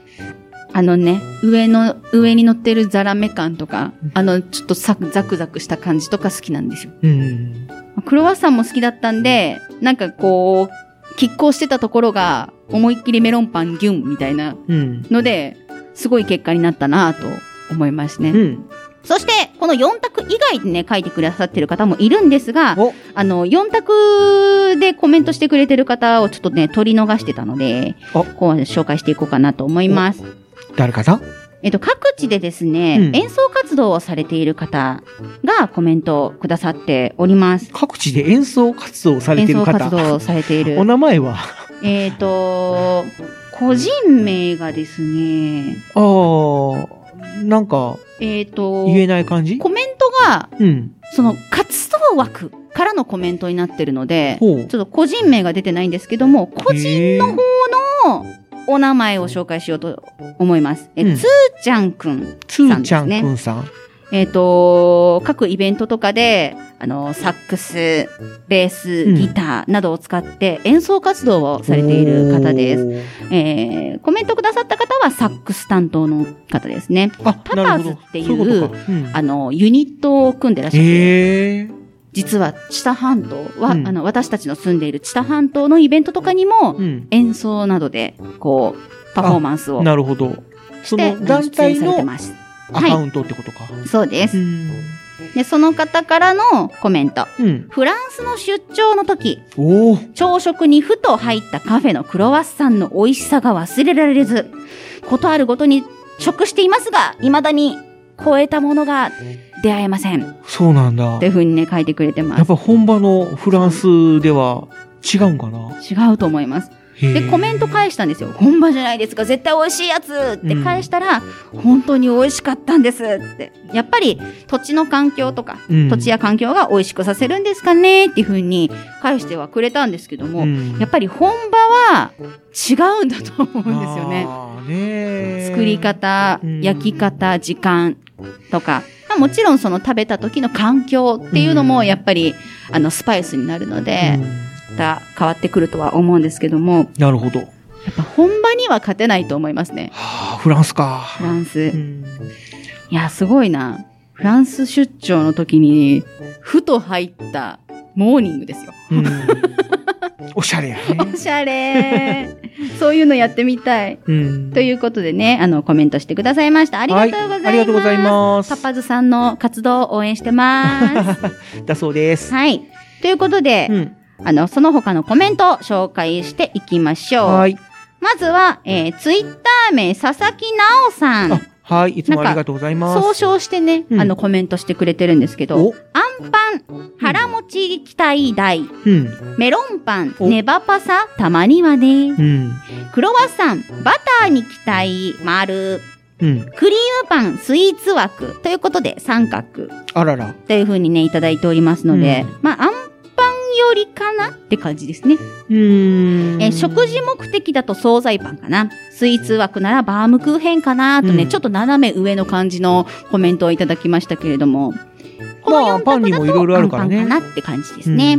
B: あのね、上の、上に乗ってるザラメ感とか、あの、ちょっとサクザクザクした感じとか好きなんですよ。
D: うん。
B: クロワッサンも好きだったんで、なんかこう、拮抗してたところが、思いっきりメロンパンギュンみたいな
D: うん。
B: ので、すごい結果になったなぁと思います
D: う
B: ね。
D: ん。
H: そして、この4択以外でね、書いてくださってる方もいるんですが、
D: お、
H: あの、4択でコメントしてくれてる方をちょっとね、取り逃してたので、
D: あ
H: ここは紹介していこうかなと思います。
D: 誰かな
H: えっと、各地でですね、
D: うん
H: 演奏活動をされている方がコメントをくださっております。
D: 各地で演奏活動をされ
H: 演
D: てる
H: 奏
D: 方。
H: 活動をされている
D: お。名前は
H: えっ、と、個人名がですね、
D: ああ、なんか、
H: えっ、と、
D: 言えない感じ
H: コメントが、
D: うん。
H: その活動枠からのコメントになってるので、
D: ほう。
H: ちょっと個人名が出てないんですけども、個人
D: 人の方
H: のお名前を紹介しようと思います。え、
D: うん
H: つーちゃんくん。
D: つーち
H: さ
D: ゃん
H: んですね
D: くんさん。
H: えっ、と、各イベントとかで、あの、サックス、ベース、
D: うん
H: ギターなどを使って演奏活動をされている方です。
D: す。
H: えーコメントくださった方はサックス担当の方ですね。パ
D: あ、
H: パ
D: な
H: ー
D: る
H: ズ
D: ほど
H: っていう
D: そことかうん
H: あの、ユニットを組んでらっしゃって、
D: へえ。
H: 実は知多半島は、
D: うん
H: あの、私たちの住んでいる知多半島のイベントとかにも、
D: うん。
H: 演奏などで、こう、パフォーマンスを
D: なるほど。
H: し
D: そ
H: て、
D: の団
H: 出演
D: 体
H: されて
D: の
H: ます。
D: アカウントってことか。
H: そうです
D: う。ん。
H: で、その方からのコメント。
D: うん。
H: フランスの出張の時、
D: おー
H: 朝食にふと入ったカフェのクロワッサンの美味しさが忘れられず、ことあるごとに食していますが、未だに超えたものが出会えません。っ
D: そうなんだ。
H: ていうふうにね、書いてくれて
D: や
H: ま
D: っぱ本場のフランスでは違うんかな
H: す。違うと思います。で、コメント返したんですよ。本場じゃないですか、絶対美味しいやつって返したら、本当に美味しかったんですって。やっぱり土地の環境とか、
D: うん
H: 土地や環境が美味しくさせるんですかねっていうふうに返してはくれたんですけども、
D: うん
H: やっぱり本場は違うんだと思うんですよね。
D: あーねー
H: 作り方
D: う、ん
H: 焼き方、時間とか。まあもちろんその食べた時の環境っていうのもやっぱりあのスパイスになるの
D: う
H: で、
D: ん
H: また変わってくるとは思うんですけども、
D: なるほど。
B: やっぱ本場には勝てないと思いますね。
D: あフランスか。
B: フランス。
D: うん
B: いや、すごいな。フランス出張の時に、ふと入ったモーニングですよ。
D: うん おしゃれやね。
B: おしゃれーそういうのやってみたい。
D: うん
B: ということでね、あの、コメントしてくださいました。ありがとうございます。
D: はいありがとうございます
B: パパズさんの活動を応援してま。
D: だそうです す。
B: はい。ということで、
D: うん。
B: あの、その他のコメントを紹介していきましょう。
D: はい。
B: まずは、えー、ツイッター名、佐々木直さ
D: あ
B: ん。、
D: はい。いつも
B: なんか
D: ありがとうございます。
B: 総称してね、
D: うん
B: あの、コメントしてくれてるんですけど、
D: お、
B: あんパン、腹持ち期待大、
D: うん。
B: メロンパン、
D: お
B: ネバパサ、たまにはね、
D: うん。
B: クロワッサン、バターに期待、丸、
D: うん。
B: クリームパン、スイーツ枠、ということで、三角、
D: あらら。
B: というふうにね、いただいておりますので、
D: う
B: まあ、あんパンよりかなって感じですね。
D: うーん。
B: えー食事目的だと惣菜パンかな。スイーツ枠ならバームクーヘンかなとね、
D: うん
B: ちょっと斜め上の感じのコメントをいただきましたけれども。この
D: まあ
B: 4択
D: パンに
B: だ
D: も
B: と
D: いろいろあるからね
B: あんパンかなって感じですね。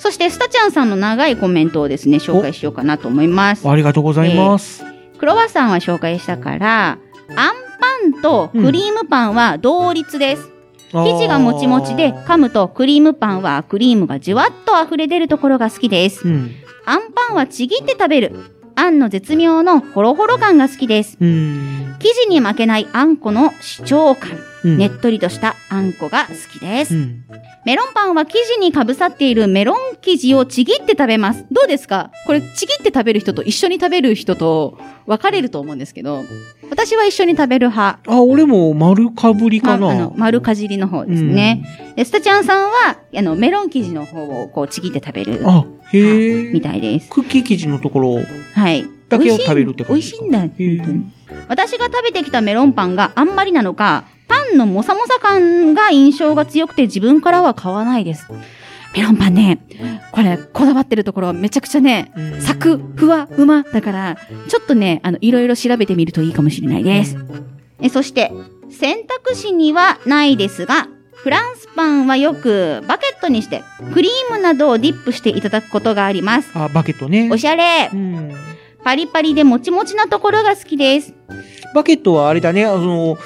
B: そして、スタちゃんさんの長いコメントをですね、紹介しようかなと思います
D: うん。。ありがとうございます。
B: クロワッサンは紹介したから、あんパンとクリームパンは同率です。生地がもちもちで、噛むとクリームパンはクリームがじわっと溢れ出るところが好きです
D: う。ん。
B: あんパンはちぎって食べる。あんの絶妙のホロホロ感が好きです。
D: うん。
B: 生地に負けないあんこの主張感。
D: うん
B: ねっ。とりとしたあんこが好きで
D: う
B: す。
D: ん。
B: メロンパンは生地にかぶさっているメロン生地をちぎって食べます。どうですかこれちぎって食べる人と一緒に食べる人と分かれると思うんですけど、私は一緒に食べる派。
D: あ、俺も丸かぶりか
B: まあ
D: な
B: の。丸かじりの方ですね。でスタちゃんさんは、あの、メロン生地の方をこうちぎって食べる
D: うん。あ、へえ。
B: みたいです。
D: クッキー生地のところ。
B: はい。
D: だけを食べるって感じ
B: 美味しいんだ、本当
D: へえ
B: に。私が食べてきたメロンパンがあんまりなのか、パンのもさもさ感が印象が強くて自分からは買わないです。メロンパンね、これ、こだわってるところめちゃくちゃね、
D: うん
B: サク、ふわ、うま、だから、ちょっとね、あの、いろいろ調べてみるといいかもしれないです。えそして、選択肢にはないですが、フランスパンはよくバケットにして、クリームなどをディップしていただくことがあります。
D: あ、バケットね。
B: おしゃれ
D: うん。
B: パリパリでもちもちなところが好きです。
D: バケットはあれだね、あの、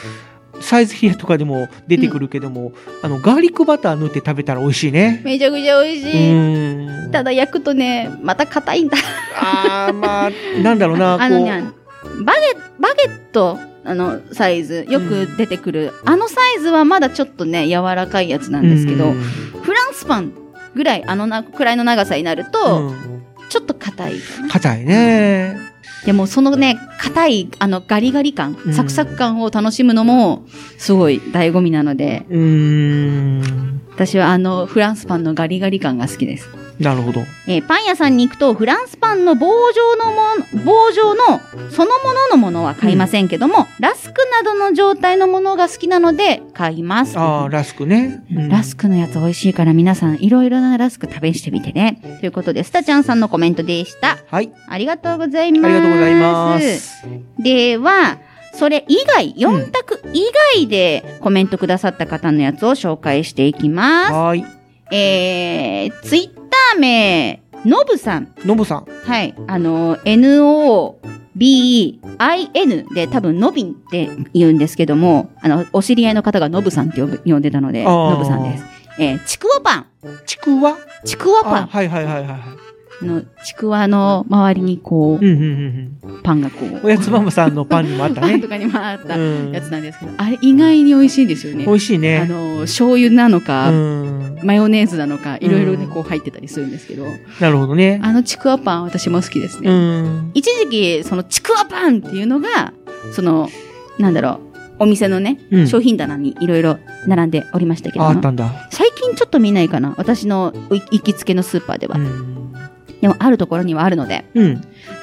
D: サイズヒアとかでも出てくるけども、あの、ガーリックバター塗って食べたら美味しいね。
B: めちゃくちゃ美味
D: う
B: しい。
D: ーん。
B: ただ焼くとね、また硬いんだ。
D: あー、まあ、なんだろうな、こ
B: あ
D: う。
B: のね、バゲ、バゲット、あの、サイズ、よく出てくる、あのサイズはまだちょっとね、柔らかいやつなんですけど、
D: うん
B: フランスパンぐらい、あのな、くらいの長さになると、
D: うん
B: ちょっと硬いかな。
D: 硬いね。
B: でも、そのね、硬い、あの、ガリガリ感、
D: うん
B: サクサク感を楽しむのも、すごい醍醐味なので、
D: うーん。
B: 私はあの、フランスパンのガリガリ感が好きです。
D: なるほど。
B: えーパン屋さんに行くとフランスパンの棒状のもの棒状のそのもののものは買いませんけども、ラスクなどの状態のものが好きなので買います。
D: あー、ラスクね。うん
B: ラスクのやつ美味しいから皆さんいろいろなラスク試してみてね。ということで、スタちゃんさんのコメントでした。
D: はい。
B: ありがとうございます。
D: ありがとうございます。
B: では、それ以外、4択以外でコメントくださった方のやつを紹介していきます。
D: はーい。
B: えー、ツイッター名、のぶさん。
D: のぶさん。
B: はい。あの、N-O-B-I-N で多分、のびんって言うんですけども、あの、お知り合いの方がのぶさんって呼ぶ呼んでたので、
D: あー
B: のぶさんです。えーちくわパン。
D: ちくわ
B: ちくわパ
D: あ、
B: ン。
D: はいはいはいはい。
B: あの、ちくわの周りにこ
D: うんうんうん
B: う、パンがこ
D: うん。お
B: う、
D: やつママさんのパンにもあった
B: パ ン
D: ね
B: と。かにもあった
D: う
B: や
D: ん
B: つなんですけど、あれ意外に美味しいんですよね
D: 美。味しい
B: あ
D: ね。
B: の、醤油なの
D: う
B: か、
D: ん。
B: マヨネーズなのか、いろいろね、
D: うん
B: こう入ってたりするんですけど、
D: なるほどね。
B: あのちくわパン私も好きですね。
D: うん。
B: 一時期そのちくわパンっていうのがそのなんだろうお店のね、
D: うん
B: 商品棚にいろいろ並んでおりましたけ
D: ああ
B: ど
D: っ
B: も
D: たんだ。
B: 最近ちょっと見ないかな私のい行きつけのスーパーでは、
D: うん。
B: でもあるところにはあるので、
D: うん。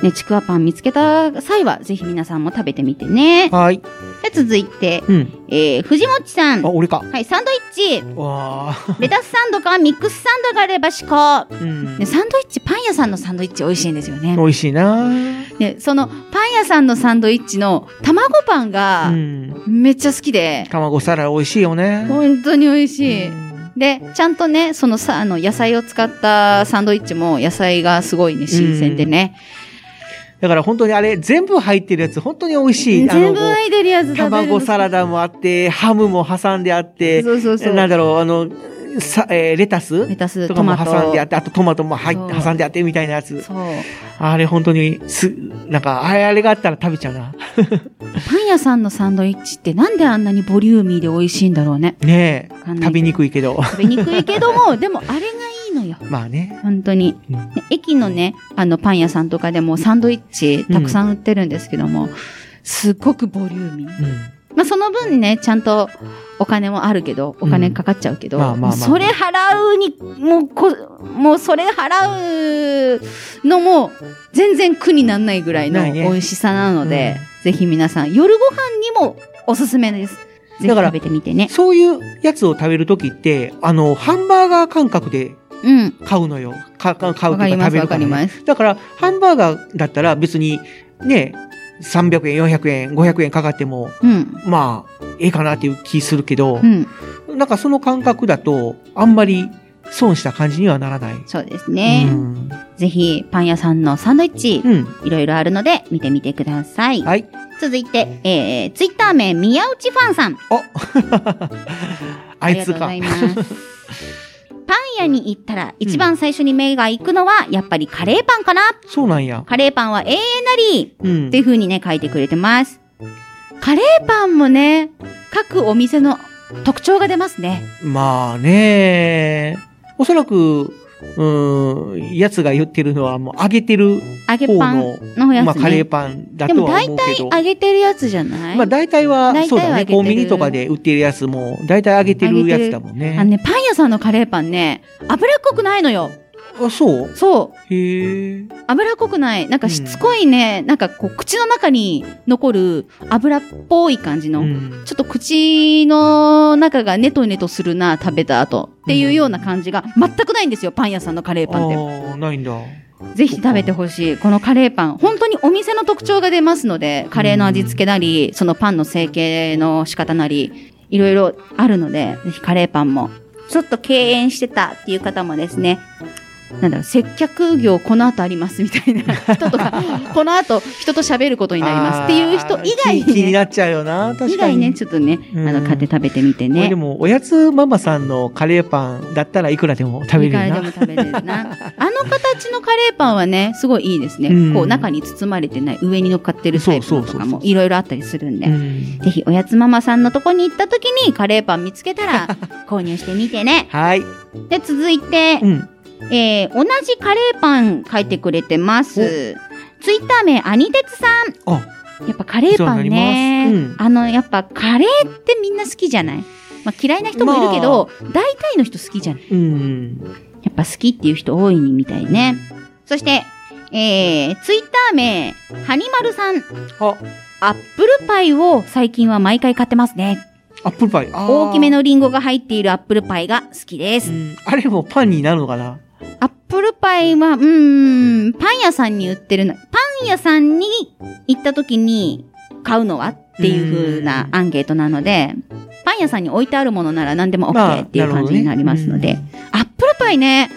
B: ね、ちくわパン見つけた際はぜひ皆さんも食べてみてね
D: はーい。
B: で続いて、
D: うん。
B: えー、藤持さん
D: あ、俺か。
B: はいサンドイッチ
D: わあ。
B: レタスサンドかミックスサンドがあれば至高、
D: うん
B: ね、。サンドイッチパン屋さんのサンドイッチ美味しいんですよね
D: 美味しいな。
B: で、そのパン屋さんのサンドイッチの卵パン
D: う
B: が
D: ん。
B: めっちゃ好きで、
D: 卵サラ美味しいよね。
B: 本当に美味し
D: う
B: い。
D: ん
B: で、ちゃんとね、そのさ、あの、野菜を使ったサンドイッチも野菜がすごいね、新鮮でね。
D: だから本当にあれ、全部入ってるやつ、本当に美味しい。あの
B: 全部アイドルやつ食べるの
D: 卵サラダもあって、ハムも挟んであって、
B: そうそうそう
D: なんだろう、あの、さえーレタス
B: レタス
D: とかも
B: トマト
D: 挟んであって、あとトマトも入っ
B: そう
D: 挟んであってみたいなやつ。
B: そう
D: あれ本当にす、なんか、あれあれがあったら食べちゃうな。
B: パン屋さんのサンドイッチってなんであんなにボリューミーで美味しいんだろうね
D: ね
B: かんないけど
D: え、食べにくい けど。
B: 食べにくいけど もでもあれがいいのよ
D: まあね。
B: 本当に
D: うん
B: ね駅のねあのパン屋さんとかでもサンドイッチたくさん売ってるんですけども、すっごくボリューミー
D: う
B: まあ、その分ね、ちゃんとお金もあるけど、お金かかっちゃうけど、
D: うんまあまあまあ
B: それ払うに、もうこ、もうそれ払うのも、全然苦にならないぐらいの
D: ないね
B: 美味しさなので、ぜひ皆さん、夜ご飯にもおすすめです。ぜひ
D: だから
B: 食べてみてね
D: ん。。そういうやつを食べるときって、あの、ハンバーガー感覚で
B: うん。
D: 買うのよ。かか買う
B: わ
D: と
B: か
D: いう
B: り
D: か
B: ま
D: 食
B: す、
D: べ
B: わ
D: るか
B: からり
D: ね
B: ます。
D: だから、ハンバーガーだったら別に、ね、300円、400円、500円かかっても、
B: うん。
D: まあ、ええかなっていう気するけど
B: う、ん。
D: なんかその感覚だと、あんまり損した感じにはならない。
B: そうですね。
D: うん
B: ぜひ、パン屋さんのサンドイッチ、
D: うん。
B: いろいろあるので、見てみてください。
D: はい。
B: 続いて、えー、ツイッター名、宮内ファンさん。
D: おあ
B: あ
D: い
B: りがとう
D: つ
B: ご
D: か
B: ざ。います。パン屋に行ったら一番最初に目が行くのはやっぱりカレーパンかな。
D: そうなんや。
B: カレーパンは永遠なり
D: うん
B: ってい。う風にね書いてくれてます。カレーパンもね、各お店の特徴が出ますね。
D: まあね、おそらく、うん、やつが言ってるのはもう揚げてる
B: 揚げ
D: 方
B: パン
D: の、
B: のやつね。
D: まあカレーパンだ
B: で
D: と
B: も
D: は
B: 大
D: 思うけ
B: 体
D: ど。
B: 揚げてるやつじゃない、
D: まあ大体は、
B: 大体は
D: そうだ
B: 揚げ
D: ね。
B: てる
D: コンビニとかで売ってるやつも、大体揚げてるやつだもん
B: あの
D: ね。
B: ね、パン屋さんのカレーパンね、脂っこくないのよ。
D: あ、そう
B: そう。
D: へえ。
B: 脂っこくない。なんかしつこいね、なんかこう、口の中に残る脂っぽい感じの、
D: うん
B: ちょっと口の中がネトネトするな、食べた後。っていうような感じが全くないんですよ、パン屋さんのカレーパンって。
D: ああ、ないんだ。
B: ぜひ食べてほしい。このカレーパン。本当にお店の特徴が出ますので、カレーの味付けなり、そのパンの成形の仕方なり、いろいろあるので、ぜひカレーパンも。ちょっと敬遠してたっていう方もですね、なんだろう、接客業この後ありますみたいな人とか、この後人と喋ることになりますっていう人以外
D: あー気
B: に
D: 気 に
B: ね、
D: なっちゃうよな、
B: 以
D: 確か
B: 外
D: に。
B: ね、ちょっとね、あ
D: う
B: の、
D: ん
B: 買って食べてみて
D: これ
B: ね
D: で。も、おやつママさんのカレーパンだったらいくらでも食べれ
B: いくら
D: る
B: で
D: な
B: も。食べれる な。あの形のカレーパンはね、すごいいいですね。
D: うん
B: こう中に包まれてない、上に乗っかってるタイプの
D: そう
B: と
D: そうそ
B: か
D: うそ
B: も
D: う
B: いろいろあったりするんで。
D: うん
B: ぜひ、おやつママさんのとこに行った時にカレーパン見つけた ら購入してみてね。
D: はい。
B: で、続いて
D: う、ん。
B: えー、同じカレーパン書いてくれてます。ツイッター名、アニテツさん。
D: あ、
B: やっぱカレーパンね。
D: お世話になります
B: あの、やっぱカレーってみんな好きじゃないまあ嫌いな人もいるけど、大体の人好きじゃない
D: うん。
B: やっぱ好きっていう人多いにみたいね。そして、えー、ツイッター名、はにまるさん。
D: あ、
B: アップルパイを最近は毎回買ってますね。
D: アップルパイ。あー
B: 大きめ。のリンゴが入っているアップルパイが好きで
D: う
B: す。
D: んあれもパンになるのかな
B: アップルパイは、うーん、パン屋さんに売ってるの。パン屋さんに行った時に買うのはっていう風な
D: うん
B: アンケートなので、パン屋さんに置いてあるものなら何でも
D: まあ
B: OK っていう感じになりますので、
D: なるほ
B: アップルパイね、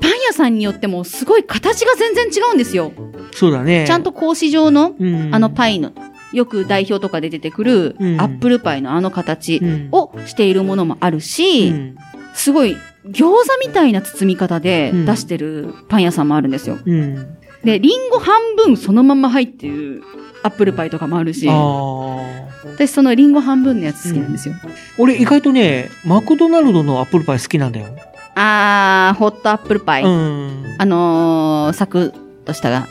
B: パン屋さんによってもすごい形が全然違うんですよ。
D: そうだね。
B: ちゃんと格子状の、
D: うん、
B: あのパイの、よく代表とかで出てくる
D: う、ん
B: アップルパイのあの形
D: うん
B: をしているものもあるし、
D: うん
B: すごい餃子みたいな包み方で
D: うん
B: 出してるパン屋さんもあるんですよ。
D: うん。
B: で、リンゴ半分そのまんま入ってるアップルパイとかもあるし、
D: ああ。
B: 私そのリンゴ半分のやつ好きなんですよ。
D: 俺意外とね、マクドナルドのアップルパイ好きなんだよ。
B: あー、ホットアップルパイ。
D: うん。
B: あのー、サクッとしたが、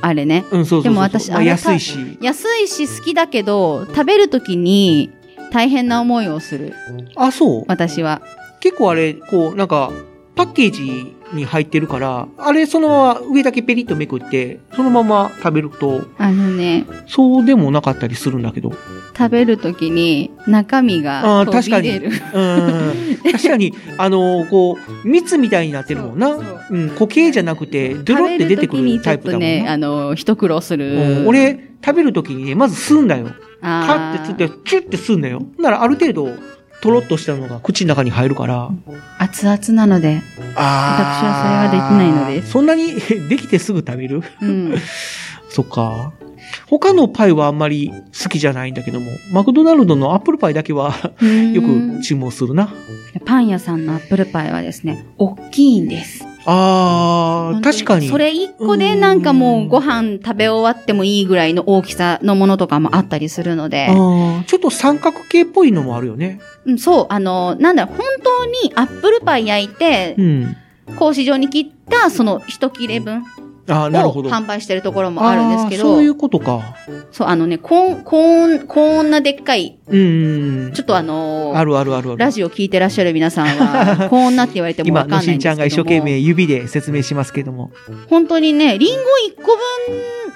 B: あれね。
D: うん、そうそうそうそう
B: でも私
D: ま
B: あ
D: あ
B: の
D: 安いし。
B: 安いし好きだけど、食べるときに大変な思いをする。
D: あ、そう。
B: 私は。
D: 結構あれ、こう、なんか、パッケージに入ってるから、あれそのまま上だけペリッとめくって、そのまま食べると、
B: あのね、
D: そうでもなかったりするんだけど。
B: 食べるときに中身が
D: あー
B: 飛び出る。
D: うん。 確かに、あの、こう、蜜みたいになってるもんな。、
B: そううそうん
D: 固形じゃなくて、ドゥロって出てくるタイプだもん
B: 食べる時にちょっとね、
D: な。
B: あの、一苦労す
D: う
B: る。
D: ん、、俺、食べるときにね、まず吸うんだよ。カ
B: あ
D: ッてつ
B: ー
D: って、チュッて吸うんだよ。なら、ある程度、とろっとしたのが口の中に入るから。
B: 熱々なので、
D: あ。
B: 私はそれができないのです
D: そんなに できてすぐ食べる
B: うん。
D: そっか。他のパイはあんまり好きじゃないんだけども、マクドナルドのアップルパイだけはよく注文するな。
B: パン屋さんのアップルパイはですね、大きいんです。
D: あー、確かに。
B: それ一個でなんかもうご飯食べ終わってもいいぐらいの大きさのものとかもあったりするので
D: あ、ーちょっと三角形っぽいのもあるよね。
B: うんそう、あの、なんだろう、本当にアップルパイ焼いて
D: う、ん。
B: 格子状に切ったその一切れ分
D: あー、
B: を
D: なるほど。
B: 販売してるところもあるんですけ
D: あー
B: ど、
D: そう
B: そ
D: いううことか。
B: あのね、こん、こん、こんなでっかい、
D: うん。
B: ちょっとあのー
D: あるあるあるある。
B: ラジオ聞いてらっしゃる皆さん は、こんなって言われてもわ
D: 今、
B: かんな
D: の
B: いんですけども。
D: しんちゃんが一生懸命指で説明しますけども。
B: 本当にね、リンゴ1個分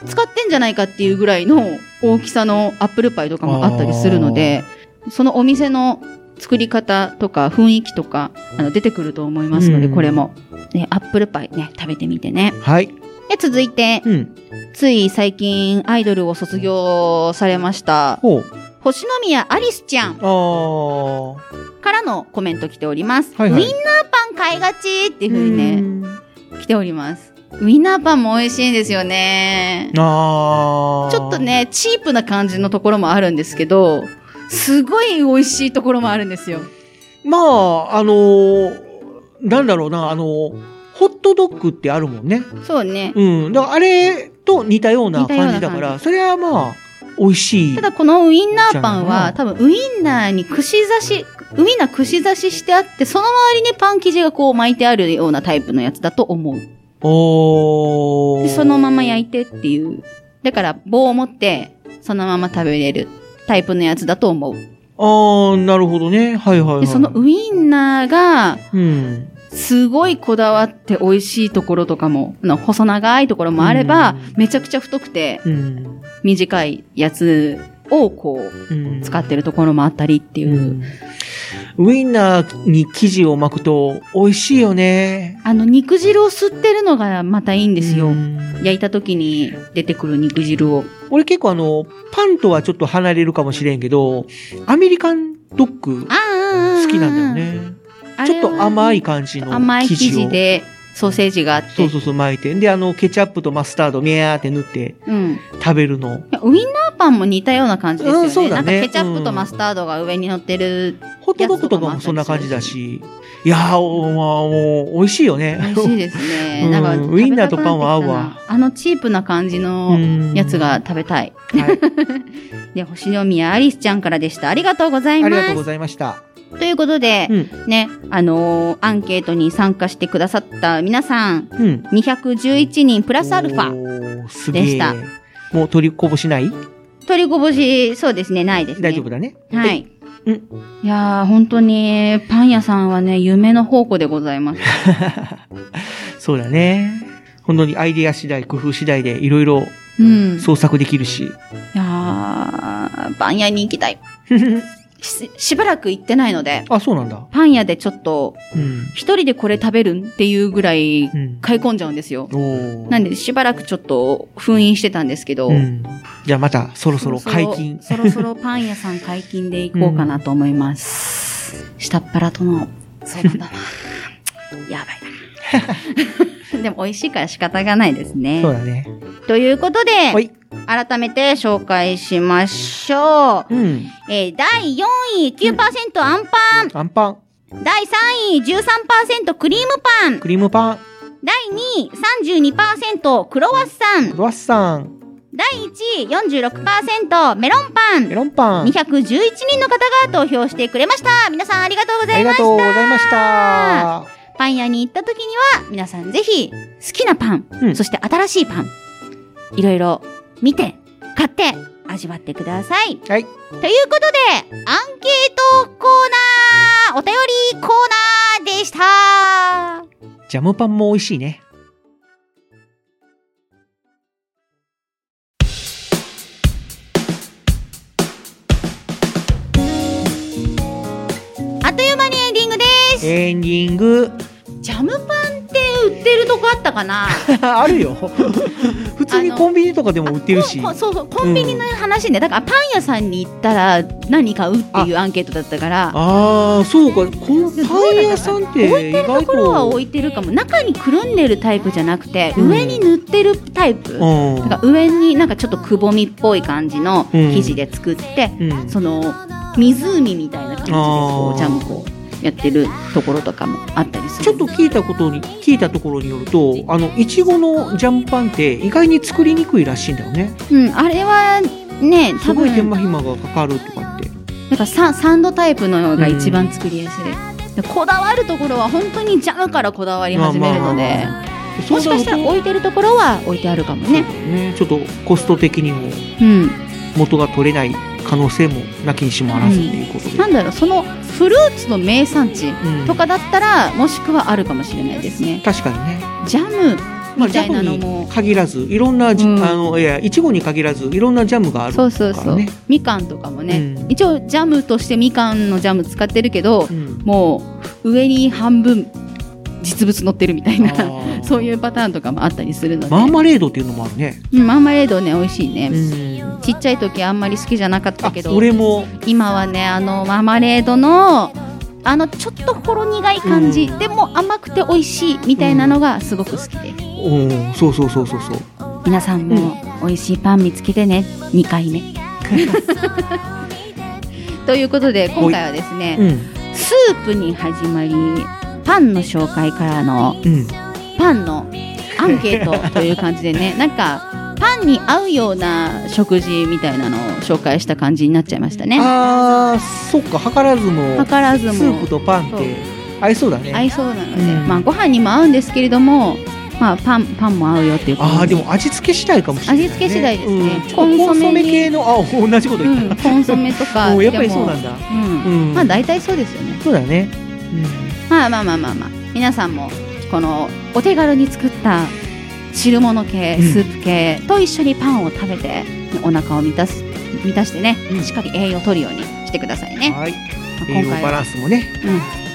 B: 使ってんじゃないかっていうぐらいの大きさのアップルパイとかもあったりするので、そのお店の作り方とか雰囲気とかあの出てくると思いますので、
D: うん
B: これも、ね。アップルパイね、食べてみてね。
D: はい。
B: で続いて、
D: うん。
B: つい最近アイドルを卒業されました、
D: ほう。
B: 星宮アリスちゃん
D: あー。
B: からのコメント来ております。
D: はいはい
B: ウィンナーパン買いがちっていうふうに
D: う
B: ね、
D: ん
B: 来ております。ウィンナーパンも美味しいんですよね。
D: あー。
B: ちょっと。ね、チープな感じのところもあるんですけど、すごい美味しいところもあるんですよ。
D: まあ、あのーなんだろうな、あのーホットドッグってあるもんね。
B: そうね。
D: うん。だからあれと似たような
B: 似たよう
D: 感
B: な
D: じだか
B: 感
D: ら、
B: じ
D: それはまあ、美味しい。
B: ただこのウインナーパンは
D: じ
B: 多分ウインナーに串刺し、ウインナー串刺ししてあって、その周りにパン生地がこう巻いてあるようなタイプのやつだと思う。
D: お
B: で
D: ー。
B: そのまま焼いてっていう。だから棒を持って、そのまま食べれるタイプのやつだと思う。
D: あー、なるほどね。はいはい、はい。
B: で、そのウインナーが、
D: うん。
B: すごいこだわって美味しいところとかも、あの細長いところもあれば、
D: うん
B: めちゃくちゃ太くて
D: うん。
B: 短いやつをこう
D: うん。
B: 使ってるところもあったりっていう。
D: うんウインナーに生地を巻くと美味しいよね。
B: あの肉汁を吸ってるのがまたいいんですよ。
D: うん
B: 焼いた時に出てくる肉汁を。
D: 俺結構あの、パンとはちょっと離れるかもしれんけど、アメリカンドッグ
B: ああ
D: 好きなんだよね。ちょっと甘い感じの
B: 甘い
D: 生
B: 生
D: 地
B: 地
D: を。
B: でソーセージがあって。
D: そうそうそう巻いて。で、あの、ケチャップとマスタード、ミャーって塗って
B: うん。
D: 食べるの。
B: ウインナーパンも似たような感じですよね。
D: うんそう
B: な
D: だね
B: んかケチャップとマスタードが上に乗ってる。
D: ホットドッグとかもそんな感じだし。いやー、おまあもう、美味しいよね。
B: 美味しいですね。
D: うん
B: なんか
D: ウインナーとパンは合
B: 食
D: うわ
B: べたくなってきたなあのチープな感じの
D: うん
B: やつが食べたい。
D: はい
B: で、星宮アリスちゃんからでした。ありがとうござい
D: あ
B: ま
D: りが
B: す。
D: とうご
B: と
D: ざいました。
B: いうことで
D: う、ん。
B: ね、あのーアンケートに参加してくださった皆さん、
D: うん。プ
B: 211人プラスアルファ。
D: ァ。すげ
B: でし
D: え
B: た。
D: もう取りこぼしない
B: 取りこぼし、そうですね、ないですね。
D: 大丈夫だね。
B: はい。
D: うん
B: いやー、本当に、パン屋さんはね、夢の宝庫でござい ます。
D: そうだね。本当にアイデア次第、工夫次第でいろいろ
B: うん。
D: 創作でき るし。
B: いやー、パン屋に行きたい。し、しばらく行ってないので、
D: あ、そうなんだ。
B: パン屋でちょっと、
D: うん。
B: 一人でこれ食べるんっていうぐらい
D: うん。
B: 買い込んじゃうんですよ。
D: おー
B: なんで、しばらくちょっと封印してたんですけど、
D: うん。じゃあまた、そろそろ解禁。
B: そろそろパン屋さん解禁で行こうかなと思います。下っ腹との相談だな。やばい な。でも美味しいから仕方がないですね
D: そう。だね。
B: ということで、
D: はい。
B: 改めて紹介しましょう。
D: うん。
B: えー第4位9%アンパン、
D: アンパン、
B: 第3位13%クリームパン、
D: クリームパン、
B: 第2位32%クロワッサン
D: ク、ロワッサン、
B: 第1位46%メロンパン
D: メ、ロンパン。
B: 211人の方が投票してくれました皆さんありがとうご
D: あ
B: ざい
D: り
B: ま
D: が
B: した
D: とうございました。
B: パン屋に行った時には皆さんぜひ好きなパン、
D: うん
B: そして新しいパンいろいろ見て買って味わってくださいという
D: はい。
B: ことでアンケートコーナーお便りコーナーでした
D: ジャムパンも美味しいね。
B: あっという間にエンディングです
D: エンディング。
B: ジャムパンって売ってるとこあったかな
D: あるよ。 普通にコンビニとかでも売ってるし
B: こそうそうコンビニの話ね、だからパン屋さんに行ったら何買うっていうアンケートだったから
D: ああそうかこうパン屋さんって
B: 置いて
D: 意
B: ると
D: 外
B: ころは
D: と
B: 置いてるかも中にくるんでるタイプじゃなくて、
D: うん
B: 上に塗ってるタイプ、
D: うん
B: なんか上になんかちょっとくぼみっぽい感じの生地で作って、
D: うん
B: その湖みたいな感じでこ
D: あー
B: うジャムこうやってるところとかもあったりする
D: ちょっと聞いたことに聞いたところによるとあのいちごのジャムパンって意外に作りにくいらしいんだよね
B: うん、あれはね
D: す
B: 多
D: ごい手
B: 分
D: 間暇がかかるとかって
B: なんかササンドタイプのが一番作りやすい、でこだわるところは本当にジャムからこだわり始めるので、
D: まあ
B: もしかしたら置いてるところは置いてあるかもね
D: ねちょっとコスト的にも
B: うん
D: 元が取れない可能性もなきにしもあらずっていうことで、
B: なんだろうそのフルーツの名産地
D: うん
B: とかだったら、もしくはあるかもしれないですね
D: 確かにね、
B: ジャム
D: ま
B: み
D: あ、ジ
B: たい
D: ャ
B: なの
D: ムに
B: も、
D: 限らずいろんなじ、
B: うん
D: あのいやいちごに限らずいろんなジャムがあるか
B: そ
D: ら
B: う
D: ね
B: そうそう、みかんとかもね、
D: うん
B: 一応ジャムとしてみかんのジャム使ってるけど、
D: うん
B: もう上に半分実物乗ってるみたい
D: あ
B: な
D: ー
B: そういうパターンとかもあったりするので、
D: マーマレードっていうのもあるね、
B: うんマーマレードね美味しいね、
D: うん、
B: ちっちゃい時あんまり好きじゃなかった
D: あ
B: けど
D: 俺も
B: 今はねあのマーマレードのあのちょっとほろ苦い感じ、
D: うん
B: でも甘くて美味しいみたいなのがすごく好きです、
D: おーそうそうそうそうそう
B: 皆さんも美味しいパン見つけてね2回 目ということで今回はです
D: う
B: ね
D: ん
B: スープに始まりパンの紹介からの
D: うん
B: パンのアンケートという感じで ねなんかパンに合うような食事みたいなのを紹介した感じになっちゃいましたね
D: あーそっか図らずも
B: 図らず
D: スー
B: も
D: プとパンって合いそうだね
B: 合いそうなので、
D: うん
B: まあご飯にも合うんですけれども、まあパンパンも合うよっていうこと
D: あーでも味付け次第かもしれない、ね、
B: 味付け次第ですね
D: うんちょっとコンソメ系のあ同じこと
B: う
D: 言った、
B: ん、コンソメとか
D: もうやっぱりそうなん
B: で
D: だ
B: もうん
D: うん
B: まあ大体そうですよね。
D: そうだよね、
B: まあまあまあまあまあ皆さんもこのお手軽に作った汁物系、
D: うん
B: スープ系と一緒にパンを食べてお腹を満たす満たしてね、
D: うん
B: しっかり栄養を取るようにしてくださいね。
D: は
B: まあ
D: い栄養
B: 今回
D: バラ
B: は、
D: ンスもね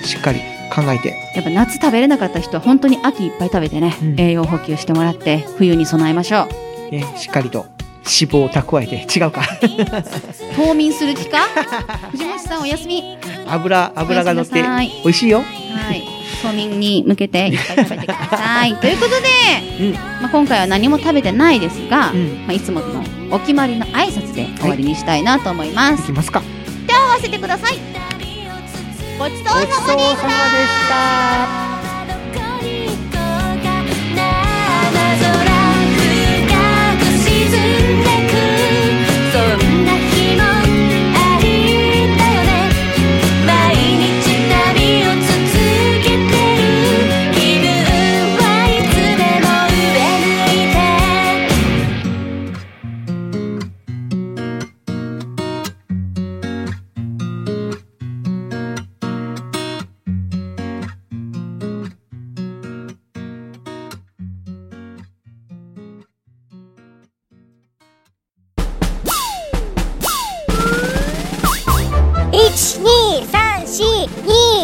B: うん、
D: しっかり考えて
B: やっぱ夏食べれなかった人は本当に秋いっぱい食べてね、
D: うん
B: 栄養補給してもらって冬に備えましょう。
D: ね、しっかりと脂肪を蓄えて違うか
B: 冬眠する気か藤本さんお休み。
D: 油油が乗って
B: おやすみなさい
D: 美味しいよ
B: はい、冬眠に向けていっぱい食べてくださ い。ということで、
D: うん
B: まあ、今回は何も食べてないですが、
D: うん
B: まあ、いつものお決まりの挨拶で終わりにしたいなと思いま
D: い
B: す。
D: きますか
B: 合わせてください。ごちそうさまでした。
D: した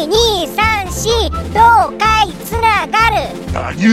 E: 12342234東海つながる
G: 何